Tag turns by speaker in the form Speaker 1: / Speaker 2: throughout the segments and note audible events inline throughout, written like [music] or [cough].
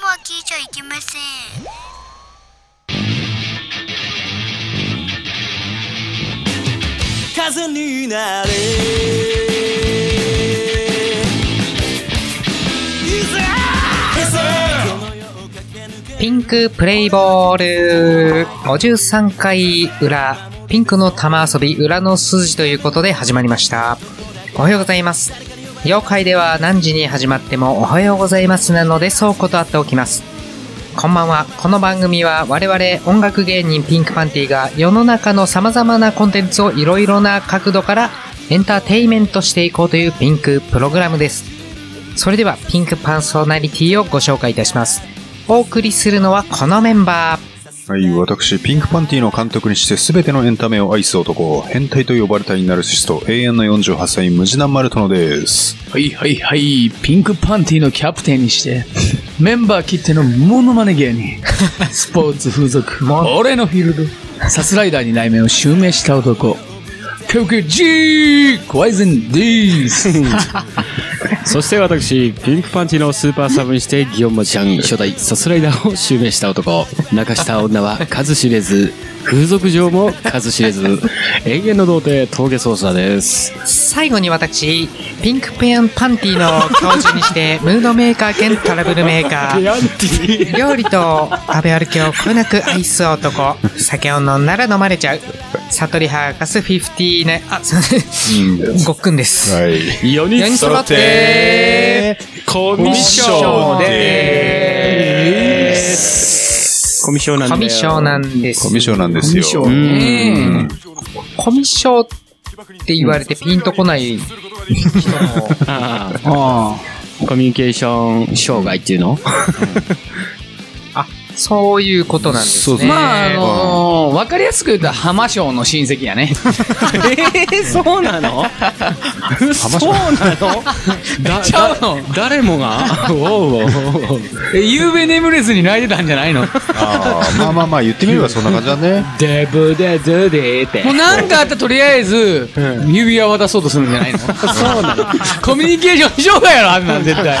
Speaker 1: いけません
Speaker 2: 風になれ
Speaker 3: ピンクプレイボール53回裏ピンクの玉遊び裏の数字ということで始まりましたおはようございます妖怪では何時に始まってもおはようございますなのでそう断っておきますこんばんはこの番組は我々音楽芸人ピンクパンティが世の中の様々なコンテンツをいろいろな角度からエンターテイメントしていこうというピンクプログラムですそれではピンクパーソナリティをご紹介いたしますお送りするのはこのメンバー
Speaker 4: はい、私、ピンクパンティの監督にして全てのエンタメを愛す男、変態と呼ばれたイナルシスト、永遠の48歳、ムジナマルトノです。
Speaker 5: はいはいはい、ピンクパンティのキャプテンにして、メンバー切ってのモノマネ芸人、スポーツ風俗、俺のフィールド、サスライダーに内面を襲名した男、KKG! 怖いぜんでーす
Speaker 6: そして私、ピンクパンチのスーパーサブにして、ギヨンマちゃん、初代サスライダーを襲名した男、泣かした女は数知れず、風俗上も数知れず、永遠の童貞、峠捜査です。
Speaker 3: 最後に私ピンクペンパンティの教授にして
Speaker 4: [laughs]
Speaker 3: ムードメーカー兼トラブルメーカー
Speaker 6: ヤンティ
Speaker 3: 料理と食べ歩きをこよなく愛す男酒を飲んだら飲まれちゃう悟り博士50ねあすいませ
Speaker 4: [laughs]
Speaker 3: んごっくんです、
Speaker 4: はい。
Speaker 6: !4
Speaker 3: 4人揃ってコ
Speaker 6: コ
Speaker 3: ミ
Speaker 6: ミ
Speaker 3: ッ
Speaker 6: ッ
Speaker 3: シ
Speaker 6: シ
Speaker 3: ョ
Speaker 6: ョ
Speaker 3: ン
Speaker 6: ン
Speaker 3: で
Speaker 6: ですす。コミッションなんだ
Speaker 3: コ
Speaker 6: よ
Speaker 3: ミッションなんです
Speaker 4: コミッションなんですよ。
Speaker 5: コミ
Speaker 6: う
Speaker 5: ッション
Speaker 6: ん。
Speaker 3: ねえコミッションって言われてピンとこない人も
Speaker 5: あ
Speaker 6: ああコミュニケーション障害っていうの
Speaker 3: そういうことなんです
Speaker 4: そうそ
Speaker 3: ね。
Speaker 4: う
Speaker 5: まあ、あのー、わかりやすく言うと、浜省の親戚やね。
Speaker 6: えー、そうなのそうなの [laughs] だ
Speaker 5: ちゃうの
Speaker 6: だ誰もが [laughs] おうおうおう
Speaker 5: え、ゆうべ眠れずに泣いてたんじゃないのも
Speaker 4: あーまあまあまあ、言ってみればそんな感じだね。
Speaker 6: デブデズデーって
Speaker 5: うなんかあったらとりあえず、指輪渡そうとするんじゃないのそうなの。コミュニケーション障害やろ、あんなん絶対。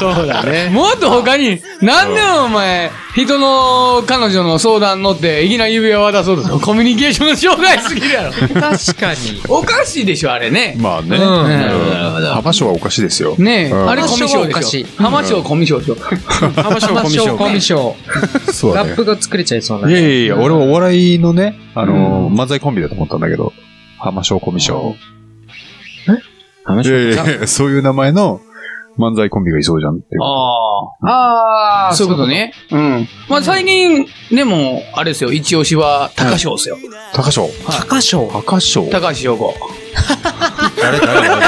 Speaker 6: そうだね
Speaker 5: もっと他に、なんでお前、人の彼女の相談乗って、いきなり指輪渡そうとコミュニケーション障害すぎるやろ。
Speaker 3: 確かに。
Speaker 5: おかしいでしょ、あれね。
Speaker 4: まあね。
Speaker 5: うん
Speaker 4: 幅所はおかしいですよ。
Speaker 5: ねえ、
Speaker 4: うん
Speaker 5: あれコミショ
Speaker 3: おかしい
Speaker 5: でしょ。浜町コミショでしょ。
Speaker 6: 浜
Speaker 3: コ
Speaker 6: 翔コミ
Speaker 3: ミ
Speaker 6: ショ
Speaker 3: コミショ
Speaker 4: そうだ
Speaker 3: ラッ
Speaker 4: ね。
Speaker 3: プ。が作れちゃいそうない
Speaker 4: やいやいや、俺はお笑いのね、あのー、漫才コンビだと思ったんだけど、浜所コミッション。
Speaker 6: 浜
Speaker 4: いやいやいや、そういう名前の漫才コンビがいそうじゃんっていう。
Speaker 5: ああ、そういうことね。うん。まあ最近、でも、あれですよ、一押しは高翔ですよ。
Speaker 4: 高所。
Speaker 3: 高翔。
Speaker 4: 高所。
Speaker 5: 高橋洋子。
Speaker 4: 誰誰誰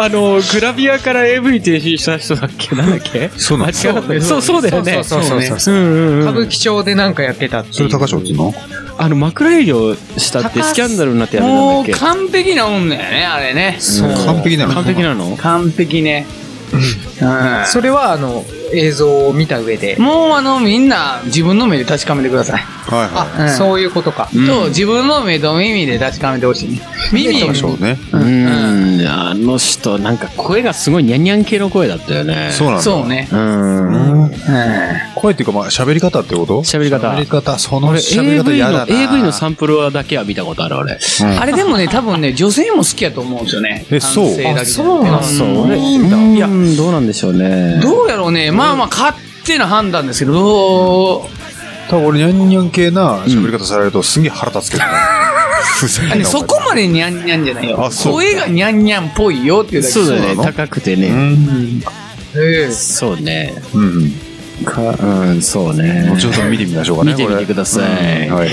Speaker 6: あのグラビアから AV 停止した人だっけなんだっけ
Speaker 4: そうなの
Speaker 6: 間違ったそうそうだよね
Speaker 3: そうそうそうそう
Speaker 6: うんうんう
Speaker 3: 歌
Speaker 6: ん
Speaker 3: 舞伎町でなんかやってたっていう。
Speaker 4: それ高所っていうの
Speaker 6: あの枕営業したってスキャンダルになってやめたんだ
Speaker 5: も
Speaker 6: っ
Speaker 5: う
Speaker 6: け
Speaker 5: 完璧な女やね、あれね。
Speaker 4: 完璧なの
Speaker 6: 完璧なの
Speaker 5: 完璧ね。うん
Speaker 3: それはあの、映像を見た上で。
Speaker 5: もうあの、みんな自分の目で確かめてください。
Speaker 4: はいは
Speaker 5: うん
Speaker 3: そういうことか。
Speaker 5: と、自分の目と耳で確かめてほしいね。
Speaker 4: い。
Speaker 5: 耳
Speaker 4: 高所ね。
Speaker 6: うんあの人なんか声がすごいニャンニャン系の声だったよね
Speaker 4: そうなんだ。
Speaker 5: そうね。
Speaker 6: うん
Speaker 4: 声っていうか、まあ、喋り方ってこと
Speaker 6: 喋り方
Speaker 4: 喋り方、その
Speaker 6: 俺
Speaker 4: 喋り方
Speaker 6: AV
Speaker 4: 嫌
Speaker 6: の
Speaker 4: だな。
Speaker 6: AV のサンプルはだけは見たことある俺
Speaker 5: あれでもね、多分ね、女性も好きやと思うんですよね。
Speaker 4: [laughs] えそう
Speaker 5: 男性だけじゃなくて
Speaker 3: あ
Speaker 6: そうう
Speaker 3: 俺
Speaker 6: 俺
Speaker 3: いいんだ
Speaker 6: いやどうなんでしょうね
Speaker 5: どうやろうね、まあまあ、勝手な判断ですけど、どう
Speaker 4: 多分俺、ニャンニャン系な喋り方されると、すんげえ腹立つけどね。ふざけん
Speaker 5: あ
Speaker 4: な
Speaker 5: ねそこまでニャンニャンじゃないよ
Speaker 4: あ。そう
Speaker 5: 声がニャンニャンっぽいよっていうだけ
Speaker 6: そうだ
Speaker 4: そうな
Speaker 6: ね
Speaker 4: の
Speaker 6: 高くて
Speaker 4: う
Speaker 6: ね
Speaker 4: ん。
Speaker 3: ええ
Speaker 6: そうね
Speaker 4: うん。
Speaker 6: かうんそうね
Speaker 4: 後ほど見てみましょうかね。
Speaker 6: 見てみてください
Speaker 4: これうんはい。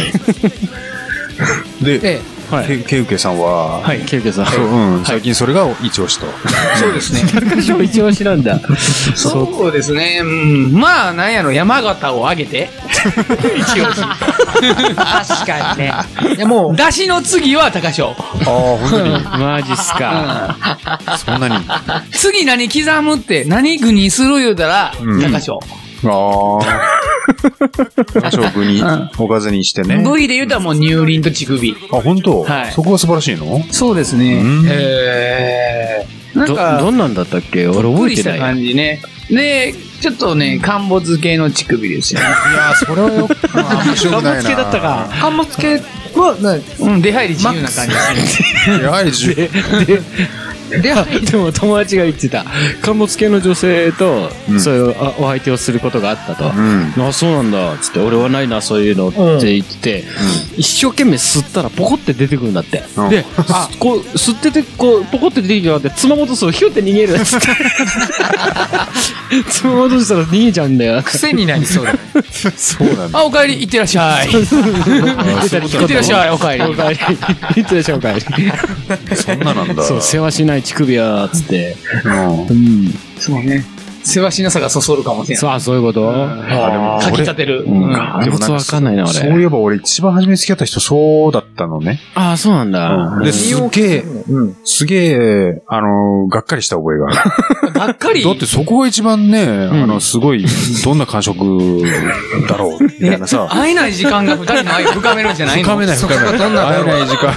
Speaker 4: で、
Speaker 5: え
Speaker 6: はい
Speaker 4: けけうけさんは、
Speaker 6: はいケウケさん
Speaker 4: そううん最近それが一押しと。
Speaker 5: えそうですね。
Speaker 6: 高翔一押しなんだ
Speaker 5: そうですね。うんまあ、なんやろ、山形を上げて。一応。
Speaker 3: 確かにね。いやもう、
Speaker 5: 出しの次は高翔。
Speaker 4: ああ、本当に。
Speaker 6: マジっすか
Speaker 4: そんなに。あ
Speaker 5: 次何刻むって、何具にする言うたら、
Speaker 4: うん
Speaker 5: 高翔。
Speaker 6: [laughs]
Speaker 4: あ。勝負に、おかずにしてね。
Speaker 5: 部位で言うたらもう乳輪と乳首。
Speaker 4: あ、本当
Speaker 5: はい
Speaker 4: そこは素晴らしいの
Speaker 5: そうですね
Speaker 4: うん
Speaker 5: えー、な
Speaker 6: ど
Speaker 5: んか、
Speaker 6: どんなんだったっけ俺
Speaker 5: ぷ
Speaker 6: 覚
Speaker 5: り
Speaker 6: え
Speaker 5: してた
Speaker 6: ない
Speaker 5: 感じね。で、ちょっとね、陥没系の乳首ですよね。
Speaker 4: いやー、それはよ、あ面白くないな。
Speaker 6: 系だったか。
Speaker 3: あんまつけは、な、
Speaker 5: うん、出入り自由な感じですね。
Speaker 4: やはりじゅ、
Speaker 3: 出入り
Speaker 6: でも友達が言ってた陥没系の女性と、
Speaker 4: うん
Speaker 6: そういうあお相手をすることがあったと、
Speaker 4: うん。
Speaker 6: あそうなんだつって俺はないなそういうのって言ってて、一生懸命吸ったらポコって出てくるんだって、
Speaker 4: うん
Speaker 6: であこう吸っててこうポコって出てきたってつまもうとするとヒュって逃 [laughs] げるっつってつまもうとしたら逃げちゃうんだよ
Speaker 3: 癖になりそうだね。
Speaker 4: そうなんだ。
Speaker 5: あ、お帰り、いってらっしゃい。い
Speaker 6: [laughs]
Speaker 5: ってらっしゃい、お帰り。
Speaker 6: おかえり行ってらっしゃいおかえり
Speaker 4: そんななんだ。
Speaker 6: そう世話しない乳首やつって
Speaker 4: うん
Speaker 6: うん
Speaker 5: そうね。せわしなさがそそるかもしれない。
Speaker 6: そうあそういうこと
Speaker 4: あでも
Speaker 5: かき立てる。うん
Speaker 6: あいつわかんないな俺
Speaker 4: そういえば俺一番初めに付き合った人そうだったのね。
Speaker 6: あそうなんだ
Speaker 4: で、すげえ、
Speaker 3: うん。
Speaker 4: すげえ、あのー、がっかりした覚えがある。
Speaker 5: がっかり。
Speaker 4: だってそこが一番ね、あの、すごい、どんな感触だ
Speaker 6: [laughs]
Speaker 4: ろう、みたいなさ。
Speaker 5: 会えない時間が二人の愛を深めるんじゃないの
Speaker 4: 深めない、深めない。会えない時間。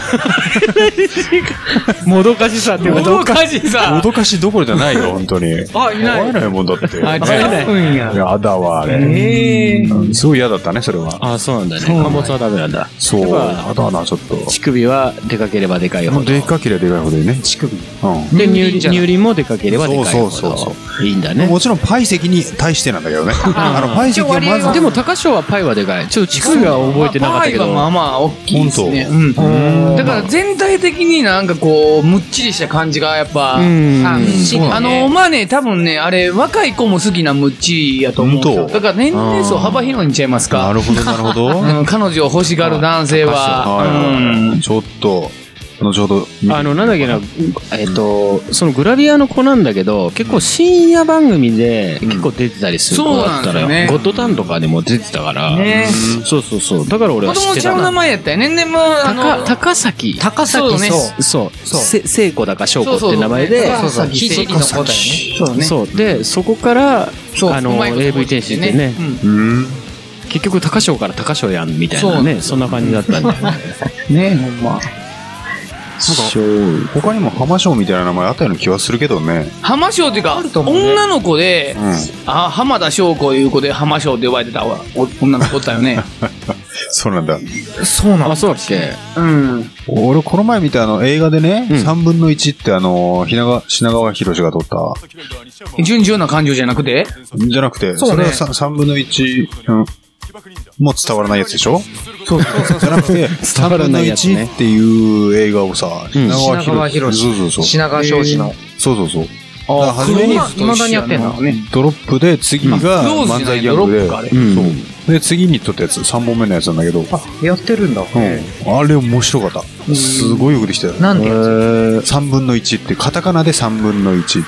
Speaker 6: もどかしさって
Speaker 5: おどかしさ。
Speaker 4: [laughs] 脅かしどころじゃないよ、本当に。
Speaker 5: あ、いな
Speaker 4: 会え
Speaker 5: い。
Speaker 4: ないもんだって。
Speaker 5: あ、違うんや。
Speaker 4: やだわ、あれ。
Speaker 5: ええ。
Speaker 4: うんすごい嫌だったね、それは。
Speaker 6: あそうなんだね貨物はダメなんだ
Speaker 4: そう、
Speaker 6: やっぱ
Speaker 4: やだな、ちょっと。
Speaker 6: 乳首はでかければでかい
Speaker 4: も
Speaker 6: ほ
Speaker 4: う
Speaker 6: ど
Speaker 4: でかければでかいほどいいね。
Speaker 6: 乳首
Speaker 4: う
Speaker 6: で
Speaker 3: 乳輪
Speaker 6: 乳輪
Speaker 3: じゃない
Speaker 6: 乳輪もでかければでかい
Speaker 4: そ
Speaker 6: ほ
Speaker 4: うそうそう
Speaker 6: どいいんだ
Speaker 4: ん。
Speaker 6: ね
Speaker 4: もちろん、パイ席に対してなんだけどね。あの、パイ席はまず、
Speaker 6: でも高翔はパイはでかいちょっと乳首は覚えてなかったけど
Speaker 5: まあまあ、大きいですね。うん。
Speaker 4: うん
Speaker 5: だから全体的になんかこう、むっちりした感じがやっぱ、
Speaker 6: うん
Speaker 5: あ
Speaker 3: そうなんだ
Speaker 5: あの、まあね、多分ね、あれ、若い子も好きなむっちりやと思うんですよ。
Speaker 4: 本当
Speaker 5: だから年齢層幅広いんちゃいます
Speaker 4: な
Speaker 5: か。
Speaker 4: るほど、なるほど。
Speaker 5: うん、彼女を欲しがる男性は。うん。
Speaker 4: ちょっと、後ほど、
Speaker 6: あの、なんだっけな、えっ、と、そのグラビアの子なんだけど、結構深夜番組で結構出てたりする子だったら、
Speaker 5: そうなんだよね
Speaker 6: ゴッドタンとかでも出てたから、
Speaker 5: ね
Speaker 6: うんそうそうそう。だから俺
Speaker 5: も
Speaker 6: は
Speaker 5: と
Speaker 6: 知
Speaker 5: もと
Speaker 6: って
Speaker 5: ちゃ
Speaker 6: た
Speaker 5: う名
Speaker 6: な。
Speaker 5: 前やったよね。でも、あ
Speaker 6: 高
Speaker 5: の、
Speaker 6: 高崎。
Speaker 3: 高崎
Speaker 5: そうね
Speaker 3: そう。
Speaker 6: そう。
Speaker 3: そう
Speaker 6: せ聖子だか翔子って名前で、
Speaker 5: そうそう、
Speaker 3: ひじりの子だよね
Speaker 5: そうね。
Speaker 6: そう。で、そこから、
Speaker 5: そう
Speaker 6: あの、AV 天使ってね、。
Speaker 4: うん。
Speaker 6: 結局高翔から高翔やんみたいなね、そんな感じだったんだよね。
Speaker 5: ね、
Speaker 6: [laughs]
Speaker 5: ほんま。
Speaker 6: 翔
Speaker 4: 他にも浜章みたいな名前あったような気はするけどね。
Speaker 5: 浜翔っていうか、
Speaker 3: と思うね
Speaker 5: 女の子で
Speaker 4: う、ん。
Speaker 5: あ浜田翔子いう子で浜翔って呼ばれてたわお女の子おった
Speaker 4: [laughs]
Speaker 5: よね。
Speaker 4: そうなんだ。
Speaker 3: そうな
Speaker 6: あ、
Speaker 3: の
Speaker 6: そうだっけ
Speaker 5: うん。
Speaker 4: 俺、この前見たあの、映画でね、
Speaker 6: うん
Speaker 4: 3分の1ってあの、ひなが品川博が撮った。
Speaker 5: 順調な感情じゃなくて
Speaker 4: じゃなくて、
Speaker 3: そう
Speaker 4: それ
Speaker 3: ね
Speaker 4: はさ3分の1、うん、もう伝わらないやつでしょ
Speaker 3: そうそうそう
Speaker 4: じゃなくて、
Speaker 6: 伝わ
Speaker 4: 3
Speaker 6: ら
Speaker 4: 分の
Speaker 6: ないやつね
Speaker 4: 1っていう映画をさ、
Speaker 6: うん
Speaker 4: 品川
Speaker 3: 品
Speaker 4: 博
Speaker 3: 川
Speaker 4: そうそうそう。
Speaker 3: 品川庄司の。
Speaker 4: そうそうそう。
Speaker 5: あ
Speaker 4: から初めに
Speaker 3: 未だにやってんだ
Speaker 5: ね。
Speaker 4: ドロップで、次が
Speaker 5: ローズ
Speaker 4: 漫
Speaker 5: じゃな
Speaker 4: 才
Speaker 5: い
Speaker 4: ギ
Speaker 5: ド
Speaker 4: ャ
Speaker 5: ロ
Speaker 4: グで
Speaker 5: ップ、かあれ。
Speaker 6: うん
Speaker 4: そう。で、次に撮ったやつ、3本目のやつなんだけど、
Speaker 3: あ、やってるんだ。
Speaker 4: うん、あれ面白かった。すごいよくできたよ。
Speaker 3: なんてやつ
Speaker 4: 3分の1って、カタカナで3分の1。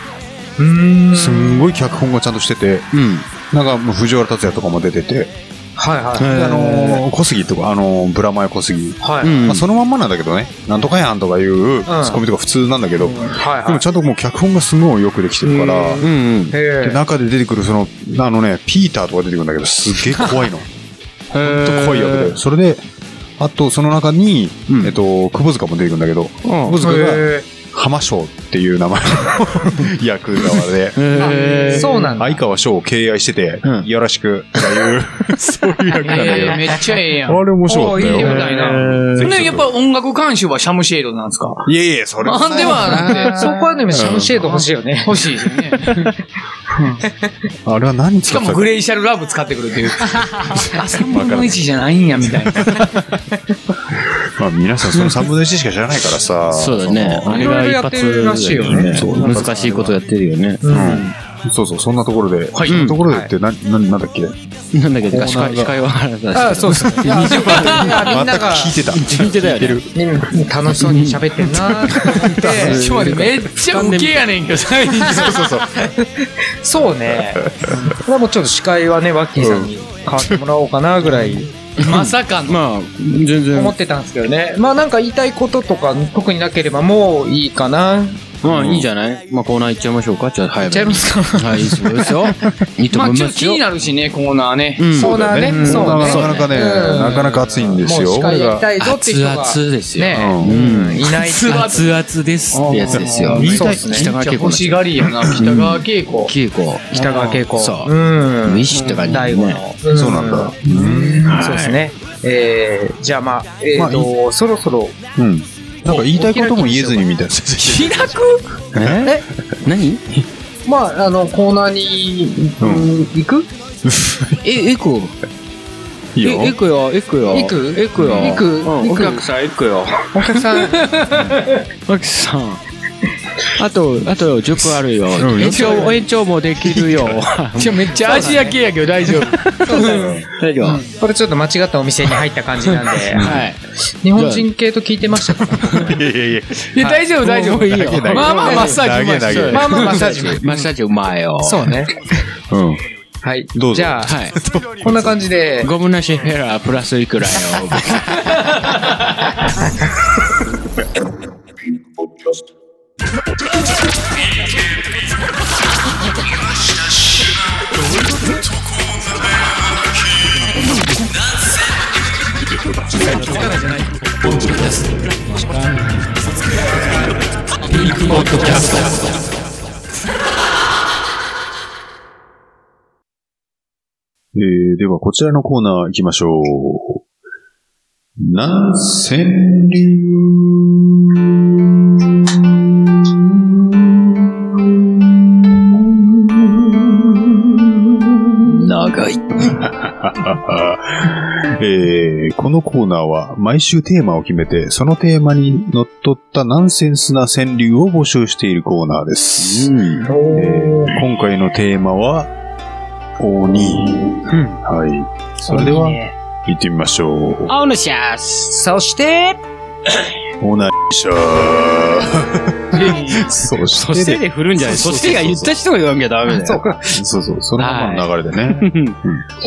Speaker 3: うーん。
Speaker 4: すんごい脚本がちゃんとしてて、
Speaker 6: うん。
Speaker 4: なんかもう藤原竜也とかも出てて、
Speaker 3: はいはい。
Speaker 4: であ
Speaker 6: へ
Speaker 4: のー、小杉とか、あのー、ブラマヨ小杉。
Speaker 3: はい。
Speaker 6: うん
Speaker 4: まあ、そのまんまなんだけどね、なんとかやんとかいうツッコミとか普通なんだけど、で
Speaker 3: はいは
Speaker 4: も
Speaker 3: い
Speaker 4: ち。ゃんともう脚本がすごいよくできてるから、
Speaker 6: うんうん。
Speaker 3: へ
Speaker 4: で
Speaker 3: ー
Speaker 4: 中で出てくるその、あのね、ピーターとか出てくるんだけど、すげえ怖いの。
Speaker 6: ほん
Speaker 4: ちょっと濃い役で。それで、あと、その中に、
Speaker 6: うん
Speaker 4: えっと、窪塚も出てくるんだけど、窪塚が、
Speaker 3: へ
Speaker 4: 浜翔っていう名前 [laughs] の役側で、
Speaker 3: ー。そうなんだ。
Speaker 4: 相川翔を敬愛してて
Speaker 6: う、ん
Speaker 4: よろしく、とかいう、そういう役なんだけ
Speaker 5: え
Speaker 4: ど。
Speaker 5: ーめっちゃええやん。
Speaker 4: あれ面白かった
Speaker 3: おーいい
Speaker 5: み
Speaker 3: ね
Speaker 4: よ。
Speaker 5: たいな。ね、やっぱ音楽監修はシャムシェードなんですか
Speaker 4: いえいえ、それ
Speaker 5: なんではなくて、
Speaker 3: そこはでもシャムシェード欲しいよね。
Speaker 5: 欲しいですよね。
Speaker 4: あれは何
Speaker 5: し
Speaker 4: 使
Speaker 5: か
Speaker 4: ってた
Speaker 5: も
Speaker 4: か
Speaker 5: グレイシャルラブ使ってくるって
Speaker 4: [laughs]
Speaker 5: いう。3分の1じゃないんや、みたいな。
Speaker 4: まあ皆さんその3分の1しか知らないからさ。
Speaker 6: そうだね。
Speaker 4: その
Speaker 6: あれが一
Speaker 3: い
Speaker 6: 発だ
Speaker 3: ろいろやってるらしいよね
Speaker 4: そうなんか
Speaker 6: 難しいことやってるよね。
Speaker 4: うん。そうそう、そんなところで。
Speaker 5: はい
Speaker 4: そんなところでって、な、な、なんだっけ
Speaker 6: なんだけど、
Speaker 4: コー
Speaker 6: 司
Speaker 4: ナーが
Speaker 6: 会司会は原田
Speaker 3: あ、そうですね。いや [laughs] みんなが、
Speaker 4: 聞いてた。
Speaker 6: 聞いてたよね。
Speaker 3: みんな楽しそうに喋ってんなーって
Speaker 5: [laughs]
Speaker 3: 思って。
Speaker 5: ちょっと待ってめっちゃウケやねんけど、最近。
Speaker 4: そうそうそう。
Speaker 3: そうね。これはもうちょっと司会はね、ワッキーさんに変わってもらおうかなぐらい
Speaker 5: まさかの。
Speaker 6: まあ、全
Speaker 3: 思っ
Speaker 6: 然。
Speaker 3: てたんですけどね。まあなんか言いたいこととか特になければもういいかな。
Speaker 6: まあいいんじゃないまあコーナー行っちゃいましょうか。じゃあ早めに。
Speaker 3: ちゃいますか [laughs]
Speaker 6: はい、いいですよ。いいと
Speaker 5: ま
Speaker 6: 思い
Speaker 5: あ
Speaker 6: ます
Speaker 5: ちょっと気
Speaker 6: よ。
Speaker 5: になるしね、コーナーね。
Speaker 6: うん
Speaker 3: そうだね。そう
Speaker 4: な
Speaker 3: ね。
Speaker 4: かなかね、
Speaker 3: うん
Speaker 4: なかなか熱いんですよ。
Speaker 3: もう司会やりたいぞって
Speaker 6: 熱
Speaker 3: 人が。
Speaker 6: 々ですよ。
Speaker 3: ね
Speaker 4: うん
Speaker 3: うんいない
Speaker 6: 熱々ですってやつですよ。
Speaker 3: 言いたい
Speaker 6: そうですね北川
Speaker 5: じゃ
Speaker 6: 景子
Speaker 5: 欲
Speaker 6: の
Speaker 5: しがりやな、北川景子。
Speaker 6: 稽古。
Speaker 3: 北川景子。
Speaker 6: そう
Speaker 3: うん。
Speaker 6: 無意識って感じだ
Speaker 3: 大
Speaker 6: ね
Speaker 3: 悟の。
Speaker 4: そうなんだ。
Speaker 3: そうですね。えー、じゃあまあ、え
Speaker 4: ま
Speaker 3: ー
Speaker 4: あ
Speaker 3: と、そろそろ、
Speaker 4: うん。なんか言いたいことも言えずにみたいな。
Speaker 3: 開く
Speaker 6: え何
Speaker 3: まあ、あの、コーナーに、うん行く
Speaker 6: え、エコ
Speaker 4: いいよ。
Speaker 6: え、エコよ、エコよ。
Speaker 3: エコ
Speaker 6: エコよ。
Speaker 3: エコ
Speaker 6: うん
Speaker 3: エコ
Speaker 6: お客さん、エコよ。
Speaker 3: お客さん、
Speaker 6: お客さん。あと、あと10分あるよ。
Speaker 4: ん
Speaker 6: 延長、延長もできるよ。
Speaker 5: じゃめっちゃアジア系やけど大丈夫。
Speaker 6: 大丈夫。
Speaker 3: これちょっと間違ったお店に入った感じなん [laughs] で、
Speaker 5: はい。
Speaker 3: 日本人系と聞いてましたか
Speaker 4: いやいやいや。
Speaker 5: いや、大丈夫、大丈夫。
Speaker 6: いいよ。
Speaker 5: まあまあ、マッサージうまいし
Speaker 4: 投げ投げ
Speaker 5: ま
Speaker 3: ま
Speaker 5: あ
Speaker 3: あ
Speaker 5: ま
Speaker 3: まあマ
Speaker 5: あ、マッ
Speaker 3: ッ
Speaker 5: サ
Speaker 3: サ
Speaker 5: ー
Speaker 3: ー
Speaker 5: ジ
Speaker 3: ジ。
Speaker 6: マッサージうまいよ。
Speaker 3: [laughs] そうね。
Speaker 4: うん。
Speaker 3: はい。
Speaker 4: どうぞ
Speaker 3: じゃあ、
Speaker 6: はい。
Speaker 3: こんな感じで、
Speaker 6: ゴムなしフェラープラスいくらよ。
Speaker 4: えー、では、こちらのコーナー行きましょう。南千流。
Speaker 6: 長い。
Speaker 4: えーこのコーナーは毎週テーマを決めて、そのテーマにのっとったナンセンスな川柳を募集しているコーナーです。
Speaker 6: う
Speaker 4: え
Speaker 6: ん。
Speaker 4: ー今回のテーマは、鬼。はい。それでは、行ってみましょう。
Speaker 6: オヌシャス。
Speaker 3: そして、
Speaker 4: オナニシャー。そうし
Speaker 6: そして
Speaker 4: で
Speaker 6: で振るんじゃない
Speaker 4: そ
Speaker 6: そう
Speaker 4: そうそ
Speaker 6: し
Speaker 4: うそう
Speaker 6: てが言った人が言わんきゃダメだよ。
Speaker 4: そうそう、そのままの流れでね。